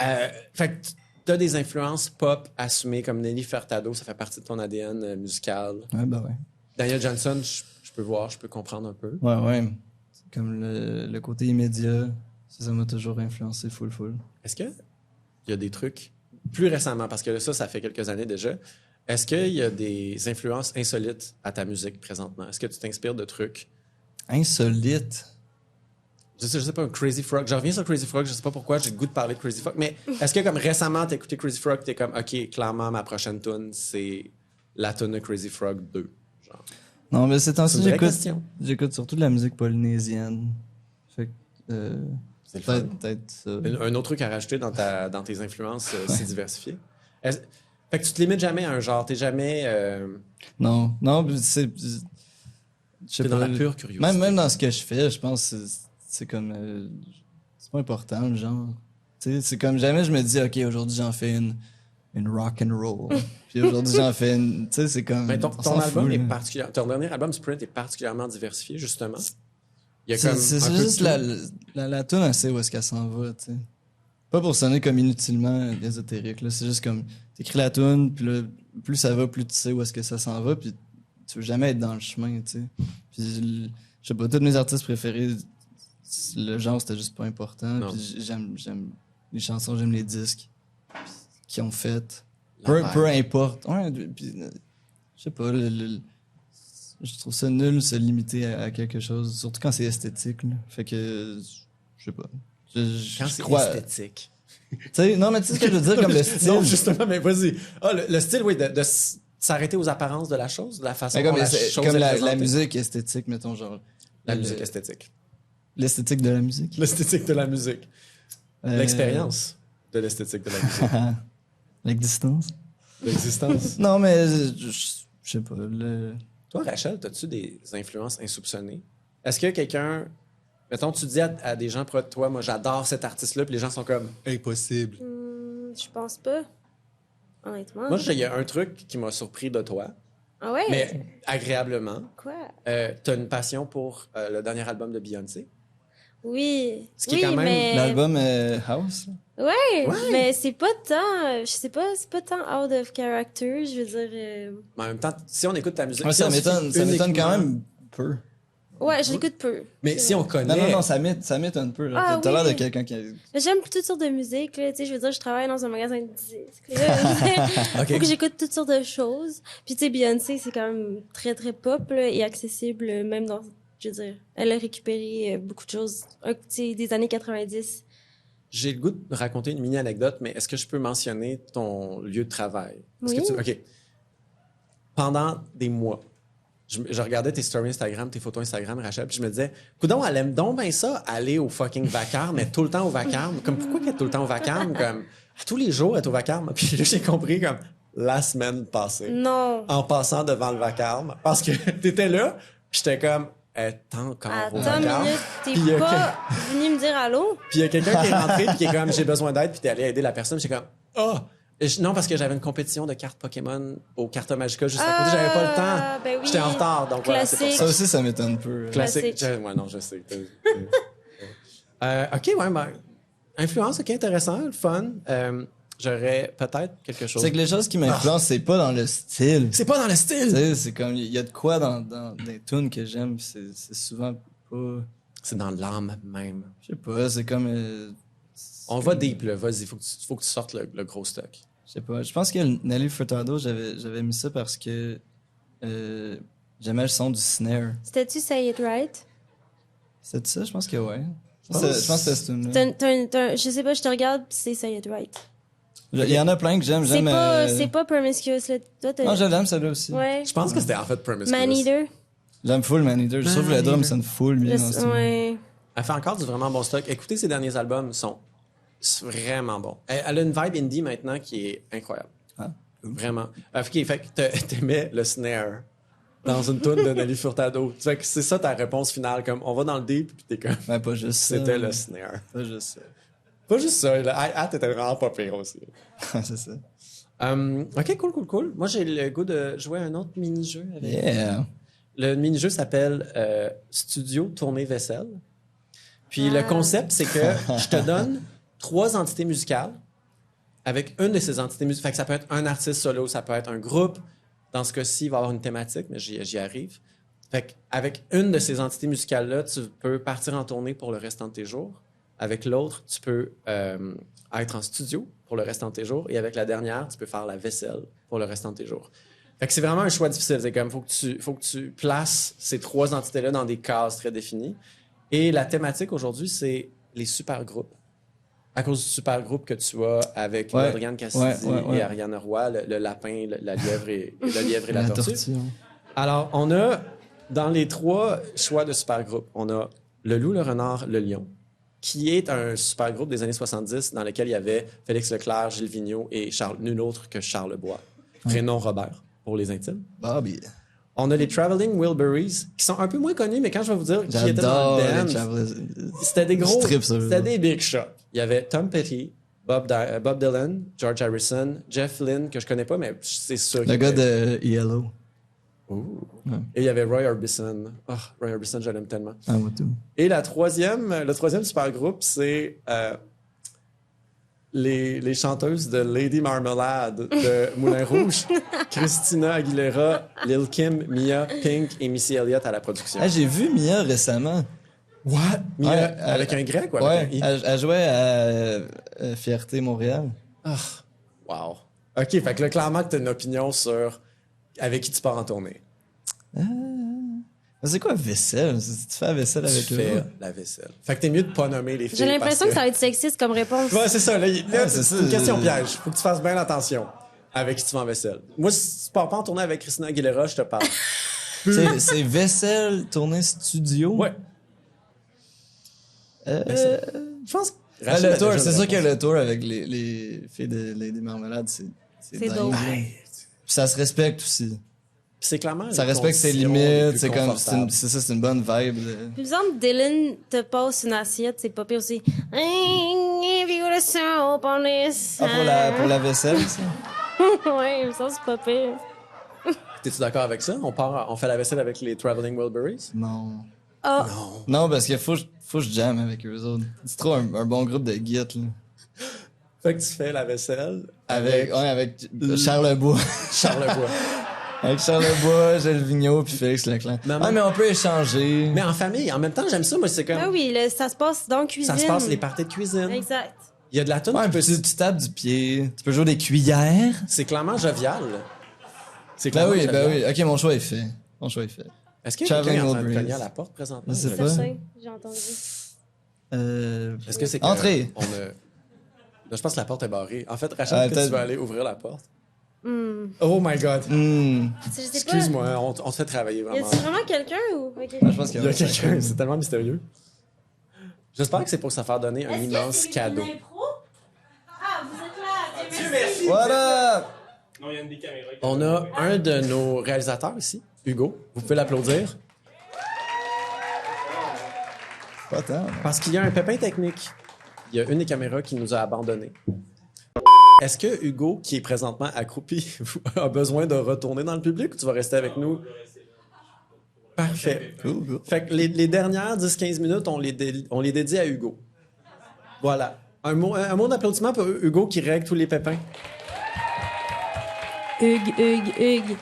Euh, fait que tu as des influences pop assumées comme Nelly Furtado, ça fait partie de ton ADN euh, musical.
Ouais, bah ouais.
Daniel Johnson, je je peux voir, je peux comprendre un peu.
Ouais, ouais. C'est Comme le, le côté immédiat, ça ça m'a toujours influencé full full.
Est-ce que il y a des trucs plus récemment, parce que ça, ça fait quelques années déjà, est-ce qu'il y a des influences insolites à ta musique présentement? Est-ce que tu t'inspires de trucs?
Insolite.
Je sais, je sais pas, un Crazy Frog. Je reviens sur Crazy Frog, je sais pas pourquoi, j'ai le goût de parler de Crazy Frog, mais est-ce que comme récemment, t'as écouté Crazy Frog, t'es comme, OK, clairement, ma prochaine tune, c'est la tune de Crazy Frog 2. Genre.
Non, mais c'est
C'est
temps-ci,
une vraie
j'écoute
question.
J'écoute surtout de la musique polynésienne. Fait que. euh,
C'est le fun.
peut-être peut-être ça.
Un un autre truc à rajouter dans, ta, dans tes influences euh, si diversifiées. Est-ce- Fait que tu te limites jamais à un genre, t'es jamais euh,
Non, non, puis c'est. Je sais
t'es dans
pas,
la pure curiosité.
Même, même dans ce que je fais, je pense que c'est- c'est comme. euh, c'est pas important, le genre. Tu sais, c'est comme jamais je me dis, OK, aujourd'hui j'en fais une. Une rock and roll. Puis aujourd'hui j'en fais une. Tu sais, c'est comme.
Mais Ben, ton, ton
on s'en
album
fout,
est
là.
particulier- ton dernier album Sprint est particulièrement diversifié justement. Il y a
C'est
comme
c'est-
un
c'est
peu
juste
de
la,
tout.
la, la, toune, elle sait où est-ce qu'elle s'en va, tu sais. Pas pour sonner comme inutilement ésotérique, là. C'est juste comme, t'écris la toune, puis là, plus ça va, plus tu sais où est-ce que ça s'en va, puis tu veux jamais être dans le chemin, tu sais. Puis, l- je sais pas, tous mes artistes préférés, c- le genre, c'était juste pas important.
Non.
Puis j- j'aime, j'aime les chansons, j'aime les disques qui ont fait.
La
Peu,
vibe.
peu importe. Ouais, puis, euh, je sais pas, le- le- je trouve ça nul se limiter à, à quelque chose, surtout quand c'est esthétique. là. Fait que, je sais pas. Je, je-
Quand
je
c'est
crois.
esthétique.
Tu sais, non, mais tu sais ce que je veux dire, comme le style.
Non, justement, mais vas-y. Ah, le, le style, oui, de, de s- s'arrêter aux apparences de la chose, de la façon
Mais
dont
comme
la
les-
chose
comme
est
la, la
présentée.
musique esthétique, mettons, genre.
La
le-
musique esthétique.
L'esthétique de la musique.
L'esthétique de la musique.
Euh,
L'expérience de l'esthétique de la musique.
L'existence.
L'existence.
Non, mais je- je je sais pas. le-
Toi, Rachel, as-tu des influences insoupçonnées? Est-ce que quelqu'un. Mettons, tu dis à, à des gens proches de toi, moi, j'adore cet artiste-là, puis les gens sont comme.
Impossible.
Hum, je pense pas. Honnêtement.
Moi, j'ai- il y a un truc qui m'a surpris de toi,
Ah ouais?
mais agréablement.
Quoi?
Euh, t'as une passion pour euh, le dernier album de Beyoncé.
Oui.
Ce qui est
oui,
quand même
mais...
L'album euh, House. là.
Ouais,
Ouais.
mais c'est pas tant, euh, je sais pas, c'est pas tant out of character, je veux dire. euh,
Mais en même temps, si on écoute ta musique,
Ouais,
si
ça
on se
m'étonne
fie
ça m'étonne
uniquement-
quand même peu.
Ouais, je l'écoute peu.
Mais si on connaît,
Non, non, non, ça m'é- ça m'étonne un peu. là.
Ah
T'as t'as l'air
oui.
de quelqu'un qui. a-
Mais J'aime toutes sortes de musique, là, tu sais, je veux dire, je travaille dans un magasin de disques. là. Faut que j'écoute toutes sortes de choses. Puis tu sais, Beyoncé, c'est quand même très très pop là, et accessible euh, même dans, je veux dire, elle a récupéré euh, beaucoup de choses, euh, tu sais, des années 90.
j'ai le goût de raconter une mini anecdote, mais est-ce que je peux mentionner ton lieu de travail Est-ce
Oui.
que tu- ok. Pendant des mois, je, je regardais tes stories Instagram, tes photos Instagram, Rachel, puis je me disais, coudon, elle aime donc bien ça, aller au fucking vacarme, être tout le temps au vacarme. Comme pourquoi qu'elle est tout le temps au vacarme Comme à tous les jours, être au vacarme. Puis là, j'ai compris comme la semaine passée.
Non.
en passant devant le vacarme parce que t'étais là, j'étais comme Eh, t'es encore au
Attends une
vacarme.
minute, t'es
Puis, euh,
pas venu me dire allô?
Puis il y a quelqu'un qui est rentré puis qui est comme j'ai besoin d'aide puis t'es allé aider la personne, j'étais comme ah Et je- non parce que j'avais une compétition de cartes Pokémon au Carta Magica juste à côté, j'avais pas le
Ah,
temps.
ben oui.
J'étais en retard donc voilà, c'est pour
Classique.
ça.
Ça aussi, ça m'étonne peu. euh, là.
Classique.
Classique.
Je- ouais, non, je sais. Euh, OK, ouais, ben, influence, OK, intéressant, le fun. Euh, J'aurais peut-être quelque chose.
C'est que les choses qui m'influencent, c'est pas dans le style.
C'est pas dans le
Tu
style.
sais, C'est comme, il y a de quoi dans, dans des tunes que j'aime, pis c'est c'est souvent pas.
C'est dans l'âme même.
Je sais pas, c'est comme. euh, c'est
On va
comme-
deep, là. Vas-y, faut que tu, faut que tu sortes le, le gros stock.
Je sais pas. Je pense que Nelly Furtado, j'avais j'avais mis ça parce que euh, j'aimais le son du snare.
C'était-tu Say It Right?
C'est ça, je pense que ouais. Je
pense-
pense, que- je pense que c'est
Mm.
une.
T'as- t'as- t'as- je sais pas, je te regarde, pis c'est Say It Right.
Il y en a plein que j'aime.
C'est
J'aime.
pas,
euh,
c'est pas Promiscuous, là. Toi, t'as.
Non, je l'aime celle-là aussi.
ouais.
Je pense que c'était en fait Promiscuous.
Man Eater.
J'aime full Man Eater. Je trouve que le drum sonne full bien dans ce
Je- Ouais.
Elle fait encore du vraiment bon stock. Écoutez, ses derniers albums sont sont vraiment bons. Elle, elle a une vibe indie maintenant qui est incroyable.
Ah,
Vraiment. Euh, OK, fait que t'a- t'aimais le snare dans une tune de Nelly Furtado. Fait que c'est ça ta réponse finale. Comme, on va dans le deep, puis t'es comme,
Ouais, pas juste ça.
c'était le snare.
Pas juste ça.
Pas juste ça. là. Ah, ah, t'étais vraiment pas pire aussi.
Ouais, c'est ça.
Hum, ok, cool, cool, cool. Moi, j'ai le goût de jouer à un autre mini-jeu. Avec...
Yeah.
Le mini-jeu s'appelle euh, Studio Tournée Vaisselle. Puis
Ah.
le concept, c'est que je te donne trois entités musicales avec une de ces entités musicales. Fait que ça peut être un artiste solo, ça peut être un groupe. Dans ce cas-ci, il va y avoir une thématique, mais j'y j'y arrive. Fait que avec une de ces entités musicales-là, tu peux partir en tournée pour le restant de tes jours. Avec l'autre, tu peux euh, être en studio pour le restant de tes jours. Et avec la dernière, tu peux faire la vaisselle pour le restant de tes jours. Fait que c'est vraiment un choix difficile. C'est comme, faut que tu, faut que tu places ces trois entités-là dans des cases très définies. Et la thématique aujourd'hui, c'est les super groupes. À cause du super groupe que tu as avec
Ouais,
Adrienne Cassidy
ouais, ouais, ouais.
et Ariane Roy, le, le lapin, le- la lièvre et, et le lièvre et la,
La
tortue.
tortue. hein.
Alors, on a dans les trois choix de supergroupes, on a le loup, le renard, le lion, qui est un supergroupe des années 70 dans lequel il y avait Félix Leclerc, Gilles Vigneault et Charles, nul autre que Charles Bois, prénom Robert pour les intimes.
Bobby.
On a les Traveling Wilburys, qui sont un peu moins connus, mais quand je vais vous dire qui étaient dans
J'adore
le
les
band,
Chavres-
c'était des
Je
gros.
tripe sur eux,
C'était
là.
des big shots. Il y avait Tom Petty, Bob, Di- euh, Bob Dylan, George Harrison, Jeff Lynne, que je connais pas, mais c'est sûr
Le gars de Yellow.
Et il y avait Roy Orbison. Oh, Roy Orbison, je l'aime tellement.
Ah, moi tout.
Et la troisième, euh, le troisième super groupe, c'est euh, les, les chanteuses de Lady Marmalade de Moulin Rouge, Christina Aguilera, Lil Kim, Mia, Pink et Missy Elliott à la production.
Ah, j'ai vu Mia récemment.
What? Mia,
Ouais,
avec
euh,
un grec ou avec un
Ouais,
I?
elle, elle jouait à euh, euh, Fierté Montréal.
Ah, wow. OK, fait que là, clairement, tu as une opinion sur avec qui tu pars en tournée.
Mais C'est quoi vaisselle? C'est- Tu fais la vaisselle
Tu
avec eux?
fais la vaisselle. Fait que t'es mieux de pas nommer les filles.
J'ai l'impression que
parce
ça va être sexiste comme réponse.
Ouais, c'est ça. Là, il- là,
Ouais,
c'est
c'est
une
ça, euh.
question
je-
piège. Faut que tu fasses bien attention avec qui tu vas en vaisselle. Moi, si tu pars pas en tournée avec Christina Aguilera, je te parle.
C'est- C'est vaisselle tournée studio.
ouais.
Euh,
Je pense que.
ah,
Rachel a
le tour,
déjà
c'est
une
sûr que
réponse.
le tour avec les, les filles de Lady Marmalade, c'est
C'est
dingue,
dope.
là. Puis ça se respecte aussi.
Puis C'est clairement.
Ça
les
respecte ses
conditions les
limites.
plus
C'est comme, c'est une-
confortables.
c'est ça, c'est une bonne vibe. là.
Par exemple, Dylan te passe une assiette, c'est pas pire aussi. If you the soap on this.
Ah, pour la, pour la vaisselle, ça?
ouais, il me semble que c'est pas pire.
T'es-tu d'accord avec ça? On, part, on fait la vaisselle avec les Traveling Wilburys?
Non.
Oh,
Non, parce que faut, que je- faut que je jamme avec eux autres. C'est trop un, un bon groupe de guides, là.
Fait que tu fais la vaisselle
Avec,
avec,
ouais, avec Charlebois.
Charlebois.
avec Charlebois, Gilles Vigneault, puis Félix Leclerc.
Maman.
Ah, mais on peut échanger.
Mais en famille, en même temps, j'aime ça. Moi, c'est comme.
ah oui, là, ça se passe dans la cuisine.
Ça se passe les parties de cuisine.
Exact.
Il y a de la tune
Ouais,
qui peut-
puis tu, tu tapes du pied. Tu peux jouer des cuillères.
C'est clairement jovial. C'est
Ben
clairement
oui, ben
jovial.
oui. Ok, mon choix est fait. Mon choix est fait.
Est-ce qu'il y a quelqu'un qui est en train de
Traveling
cogner à
Wilburys.
la porte présentement?
Je sais pas.
Certain, j'ai entendu.
Euh...
Est-ce que c'est que
Entrez.
on a- Là, je pense que la porte est barrée. En fait, Rachel,
Ah,
est-ce que
peut-être-
tu vas aller ouvrir la porte.
Hmm.
Oh my God.
hmm.
Je sais pas.
Excuse-moi, hein, on, t- on te fait travailler
Y
vraiment.
a-tu vraiment quelqu'un ou. Ok.
Ah, je pense qu'il
Il
y
y
en
a
a
quelqu'un, c'est tellement mystérieux. J'espère que c'est pour se faire donner un immense cadeau.
Ah, vous êtes là!
Voilà!
Non, il y a une des caméras. qui-
On a un de nos réalisateurs ici, Hugo. Vous pouvez l'applaudir.
Pas tant.
Parce qu'il y a un pépin technique. Il y a une des caméras qui nous a abandonnés. Est-ce que Hugo, qui est présentement accroupi, a besoin de retourner dans le public ou tu vas rester avec nous? Parfait.
Cool, cool.
Fait que les, les dernières 10-15 minutes, on les, dé- on les dédie à Hugo. Voilà. Un mot, un mot d'applaudissement pour Hugo qui règle tous les pépins.
Hugues, Hugues, Hugues.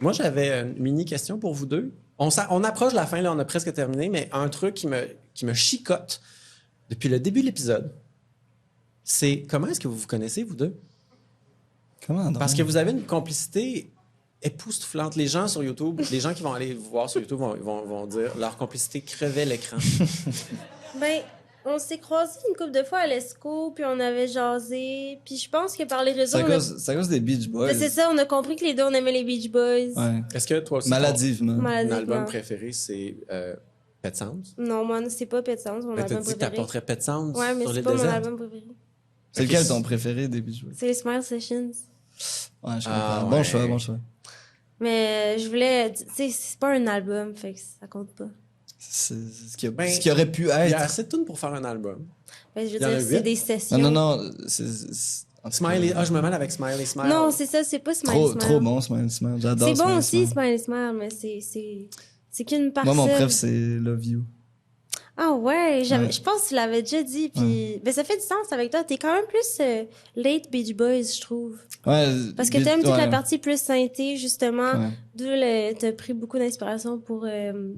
Moi, j'avais une mini question pour vous deux. On, s'a- on approche la fin, là, on a presque terminé, mais un truc qui me, qui me chicote depuis le début de l'épisode, c'est comment est-ce que vous vous connaissez, vous deux?
Comment donc?
Parce que vous avez une complicité époustouflante. Les gens sur YouTube, les gens qui vont aller vous voir sur YouTube vont, vont, vont dire leur complicité crevait l'écran.
Ben, on s'est croisés une couple de fois à l'ESCO, puis on avait jasé. Puis je pense que par les réseaux,
C'est à
on a-
cause, c'est à cause des Beach Boys.
Ben, c'est ça, on a compris que les deux, on aimait les Beach Boys.
Ouais.
Est-ce que toi aussi,
Maladivement.
ton, ton
Maladiquement.
album préféré, c'est euh, Pet Sounds?
Non, moi, c'est pas Pet Sounds, mon
Mais t'as
album
dit que
préféré.
t'apporterais Pet Sounds
Ouais, mais
sur les
c'est pas mon
déserts.
album préféré.
C'est lequel ton préféré des Beach Boys?
C'est les Smile Sessions.
Ouais, je comprends.
Ah, ouais.
Bon choix, bon choix.
euh, Mais euh, je voulais. Tu sais, c'est pas un album, fait que ça compte pas.
C'est ce qui, a-
Ben,
ce qui aurait pu
Il y a
être.
assez de tunes pour faire un album.
Ben, je veux
Il y en a
dire, c'est
huit.
des sessions.
Ah, Non, non, non. c'est- c'est- en tout cas,
Smiley. Ah, je me mêle avec Smiley Smile.
Non, c'est ça, c'est pas Smile
trop,
Smile.
trop bon, Smile Smile. J'adore
C'est bon
Smile
aussi,
Smile.
Smile Smile, mais c'est- c'est c'est qu'une partie.
Moi, mon préf, c'est Love You.
Ah ouais, j'aime-
Ouais.
je pense que tu l'avais déjà dit, puis ben, ça fait du sens avec toi. T'es quand même plus euh, late Beach Boys, je trouve.
Ouais,
Parce que
mais-
t'aimes toute la
ouais,
partie hein. plus synthé, justement.
ouais.
D'où le- t'as pris beaucoup d'inspiration pour, euh,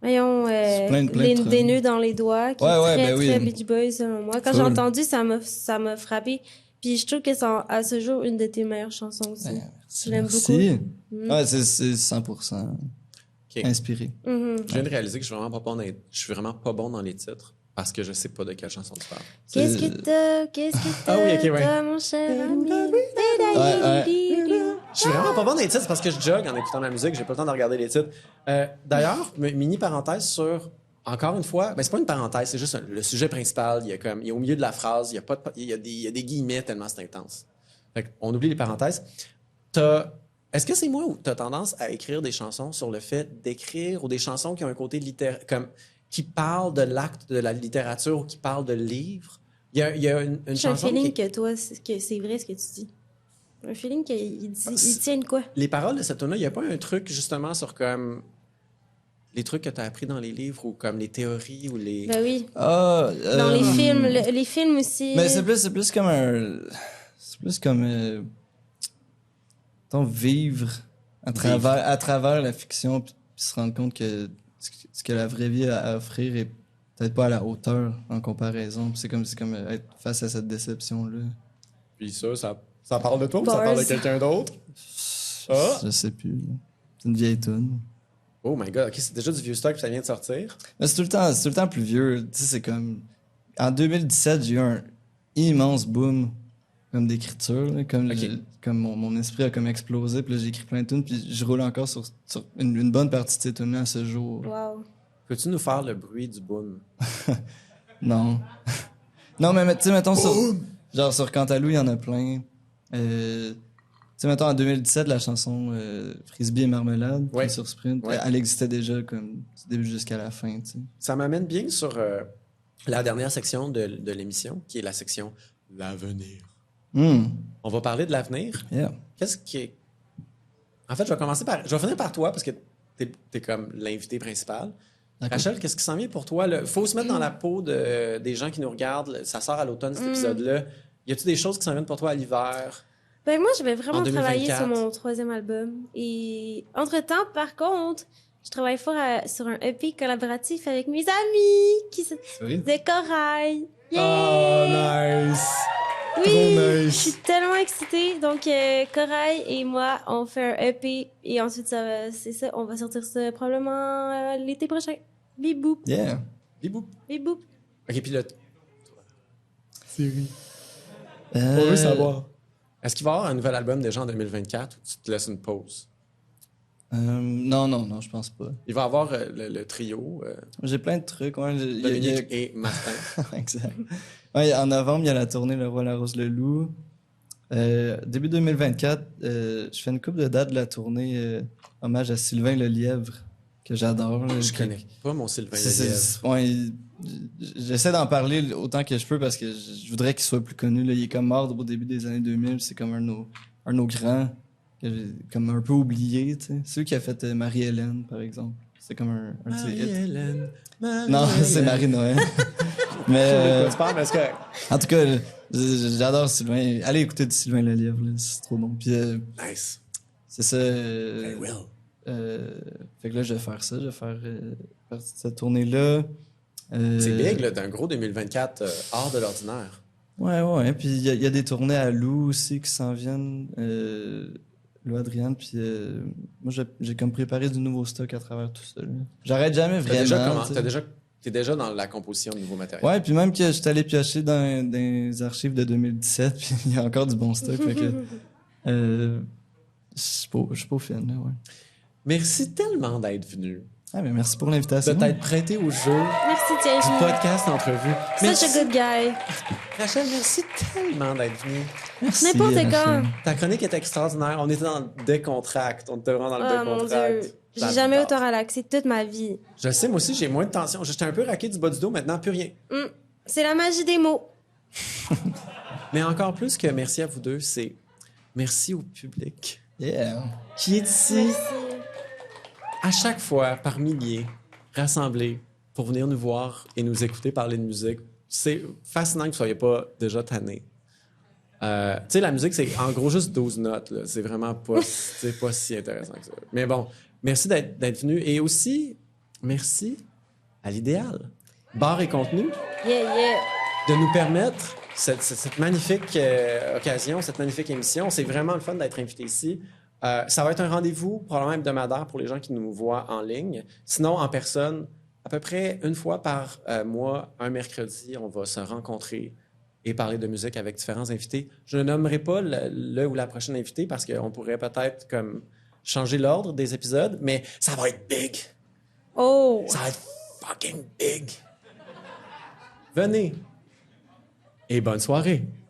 voyons, euh,
C'est plein de- plein de
les,
trucs.
des nœuds dans les doigts, qui
Ouais,
est
ouais,
très,
ben oui.
très Beach Boys, selon moi. Quand
Full.
j'ai entendu, ça m'a, ça m'a frappé. Puis je trouve que c'est en- à ce jour une de tes meilleures chansons aussi.
Ouais, merci.
Je l'aime
Ben, Merci.
Mm.
Ouais, c'est- c'est 100% inspiré.
Mhm.
Je viens de réaliser que je suis vraiment pas bon dans les, je suis vraiment pas bon dans les titres parce que je sais pas de quelle chanson tu parles.
Qu'est-ce
C'est-
que t'as, qu'est-ce que t'as,
Ah oui, ok, ouais.
toi, mon cher ami?
Ouais,
Je suis vraiment pas bon dans les titres parce que je jogue en écoutant ma musique, j'ai pas le temps de regarder les titres. Euh, D'ailleurs, m- mini parenthèse sur encore une fois, mais c'est pas une parenthèse, c'est juste un- le sujet principal. Il y a comme, il est au milieu de la phrase, il y a pas, de pa- il y a des, il y a des guillemets tellement c'est intense. Fait on oublie les parenthèses. T'as- Est-ce que c'est moi ou t'as tendance à écrire des chansons sur le fait d'écrire ou des chansons qui ont un côté littéraire, comme qui parlent de l'acte de la littérature ou qui parlent de livres? Il y a, il y a une, une
J'ai un
chanson.
feeling
Qui,
que toi, c'est- que c'est vrai ce que tu dis. Un feeling qu'il il dit,
Ah,
il
c'est-
tient de quoi?
les paroles de cette tune-là, il n'y a pas un truc justement sur comme les trucs que tu as appris dans les livres ou comme les théories ou les.
Ben oui.
Ah,
Dans
euh,
les films, le- les films aussi.
Mais Ben, c'est plus, c'est plus comme un. C'est plus comme. Euh, mettons, vivre à travers, à travers la fiction, puis, puis se rendre compte que ce que- ce que la vraie vie a à offrir est peut-être pas à la hauteur en comparaison. Puis C'est comme, c'est comme euh, être face à cette déception-là.
Puis ça, ça, ça parle de toi ou
Bars.
quelqu'un d'autre? Ah!
Je sais plus. là. C'est une vieille toune.
Oh my god, ok, c'est déjà du vieux stock puis ça vient de sortir.
Mais c'est tout le temps, c'est tout le temps plus vieux. Tu sais, c'est comme. En 2017, j'ai eu un immense boom comme d'écriture, là, comme,
Ok.
le- comme mon, mon esprit a comme explosé, puis là, j'ai écrit plein de tunes, puis je roule encore sur, sur une, une bonne partie de ces tunes-là à ce jour.
Wow.
Peux-tu nous faire le bruit du boom?
Non. non, mais mais, tu sais, mettons, sur, genre sur Cantalou, il y en a plein. Euh, tu sais, mettons, en 2017, la chanson euh, Frisbee et Marmelade, qui
Ouais.
est sur Sprint,
Ouais.
elle existait déjà comme du début jusqu'à la fin, tu sais.
Ça m'amène bien sur euh, la dernière section de, de l'émission, qui est la section L'avenir.
Hmm.
On va parler de l'avenir.
Yeah.
Qu'est-ce qui est. En fait, je vais commencer par. Je vais finir par toi parce que t'es es comme l'invité principal.
D'accord.
Rachel, qu'est-ce qui s'en vient pour toi? Il faut se mettre dans la peau de, euh, des gens qui nous regardent. Le- Ça sort à l'automne, cet
Mm.
épisode-là. Y a-tu des choses qui s'en viennent pour toi à l'hiver?
Ben moi, je vais vraiment
En
travailler
2024.
sur mon troisième album. Et entre-temps, par contre, je travaille fort à- sur un EP collaboratif avec mes amis qui se...
Ah Oui. Ah,
de Corail.
Oh,
Yay!
nice!
Oui,
Trop nice.
je suis tellement excitée. Donc, euh, Corail et moi, on fait un EP et ensuite, ça va- c'est ça, on va sortir ça probablement euh, l'été prochain. Bibou,
Yeah.
Bibou.
bibou.
Ok, puis le.
Euh,
Est-ce qu'il va y avoir un nouvel album déjà en 2024 ou tu te laisses une pause?
euh, non, non, non, je pense pas.
Il va y avoir euh, le, le trio, euh,
J'ai plein de trucs. Ouais, il y a- il y a-
Dominique et Martin.
Exact. Ouais, en novembre, il y a la tournée Le Roi, la Rose, le Loup. Euh, début 2024, euh, je fais une coupe de dates de la tournée euh, hommage à Sylvain Lelièvre, que j'adore. là,
Je
qui-
connais pas mon Sylvain
C'est- c'est-
Lelièvre.
ouais, il- J'essaie d'en parler autant que je peux parce que je je voudrais qu'il soit plus connu. Là. Il est comme mort au début des années 2000. C'est comme un de nos, un de nos grands, que j'ai comme un peu oublié. tu sais. Celui qui a fait euh, Marie-Hélène, par exemple. C'est comme un, un de ses hits.
Marie-Hélène.
Non,
Marie-Hélène.
c'est Marie-Noël. Mais euh,
Tu parles, mais c'est correct.
en tout cas, j- j'adore Sylvain. Allez écouter du Sylvain Lelièvre, là, c'est trop bon. Puis euh,
Nice.
c'est ça.
I
euh,
will.
euh, fait que là, je vais faire ça. Je vais faire euh, partie de cette tournée-là. Euh,
C'est big, là, d'un gros 2024 euh, hors de l'ordinaire.
Ouais, ouais. Puis il y, a- il y a des tournées à Lou aussi qui s'en viennent. Euh, Lou Adrienne. Puis euh, moi, j'ai- j'ai comme préparé du nouveau stock à travers tout ça. là. J'arrête jamais
T'as
vraiment.
déjà comment-
tu sais.
t'as déjà- T'es déjà dans la composition de nouveaux matériaux.
Ouais, puis même que j'étais allé piocher dans, dans les archives de 2017, puis il y a encore du bon stock. fait que, euh, je suis pas, je suis pas au fan, là, ouais.
Merci tellement d'être venu,
Ah, mais merci pour l'invitation.
de t'être prêté au jeu
Merci, Thierry.
du podcast entrevue.
Such a good guy.
Rachel, merci tellement d'être venu.
Merci,
N'importe
Rachel.
quand.
Ta chronique est extraordinaire. On était dans le décontract. On était vraiment dans le
Oh mon
décontract.
dieu.
Ça
J'ai jamais
me
autant relaxé toute ma vie.
Je sais, moi aussi, j'ai moins de tension. J'étais un peu raqué du bas du dos, maintenant, plus rien.
Mm. C'est la magie des mots.
Mais encore plus que merci à vous deux, c'est merci au public
Yeah.
qui est ici à chaque fois par milliers rassemblés pour venir nous voir et nous écouter parler de musique. C'est fascinant que vous soyez pas déjà tannés. Euh, tu sais, la musique, c'est en gros juste 12 notes. là. C'est vraiment pas, c'est pas si intéressant que ça. Mais bon, merci d'être d'être venu. Et aussi, merci à l'idéal. Bar et contenu
Yeah, yeah.
de nous permettre cette, cette- cette magnifique euh, occasion, cette magnifique émission. C'est vraiment le fun d'être invité ici. Euh, ça va être un rendez-vous probablement hebdomadaire pour les gens qui nous voient en ligne. Sinon, en personne, à peu près une fois par euh, mois, un mercredi, on va se rencontrer et parler de musique avec différents invités. Je ne nommerai pas le, le ou la prochaine invitée parce qu'on pourrait peut-être comme changer l'ordre des épisodes, mais ça va être big.
Oh!
Ça va être fucking big. Venez. Et bonne soirée.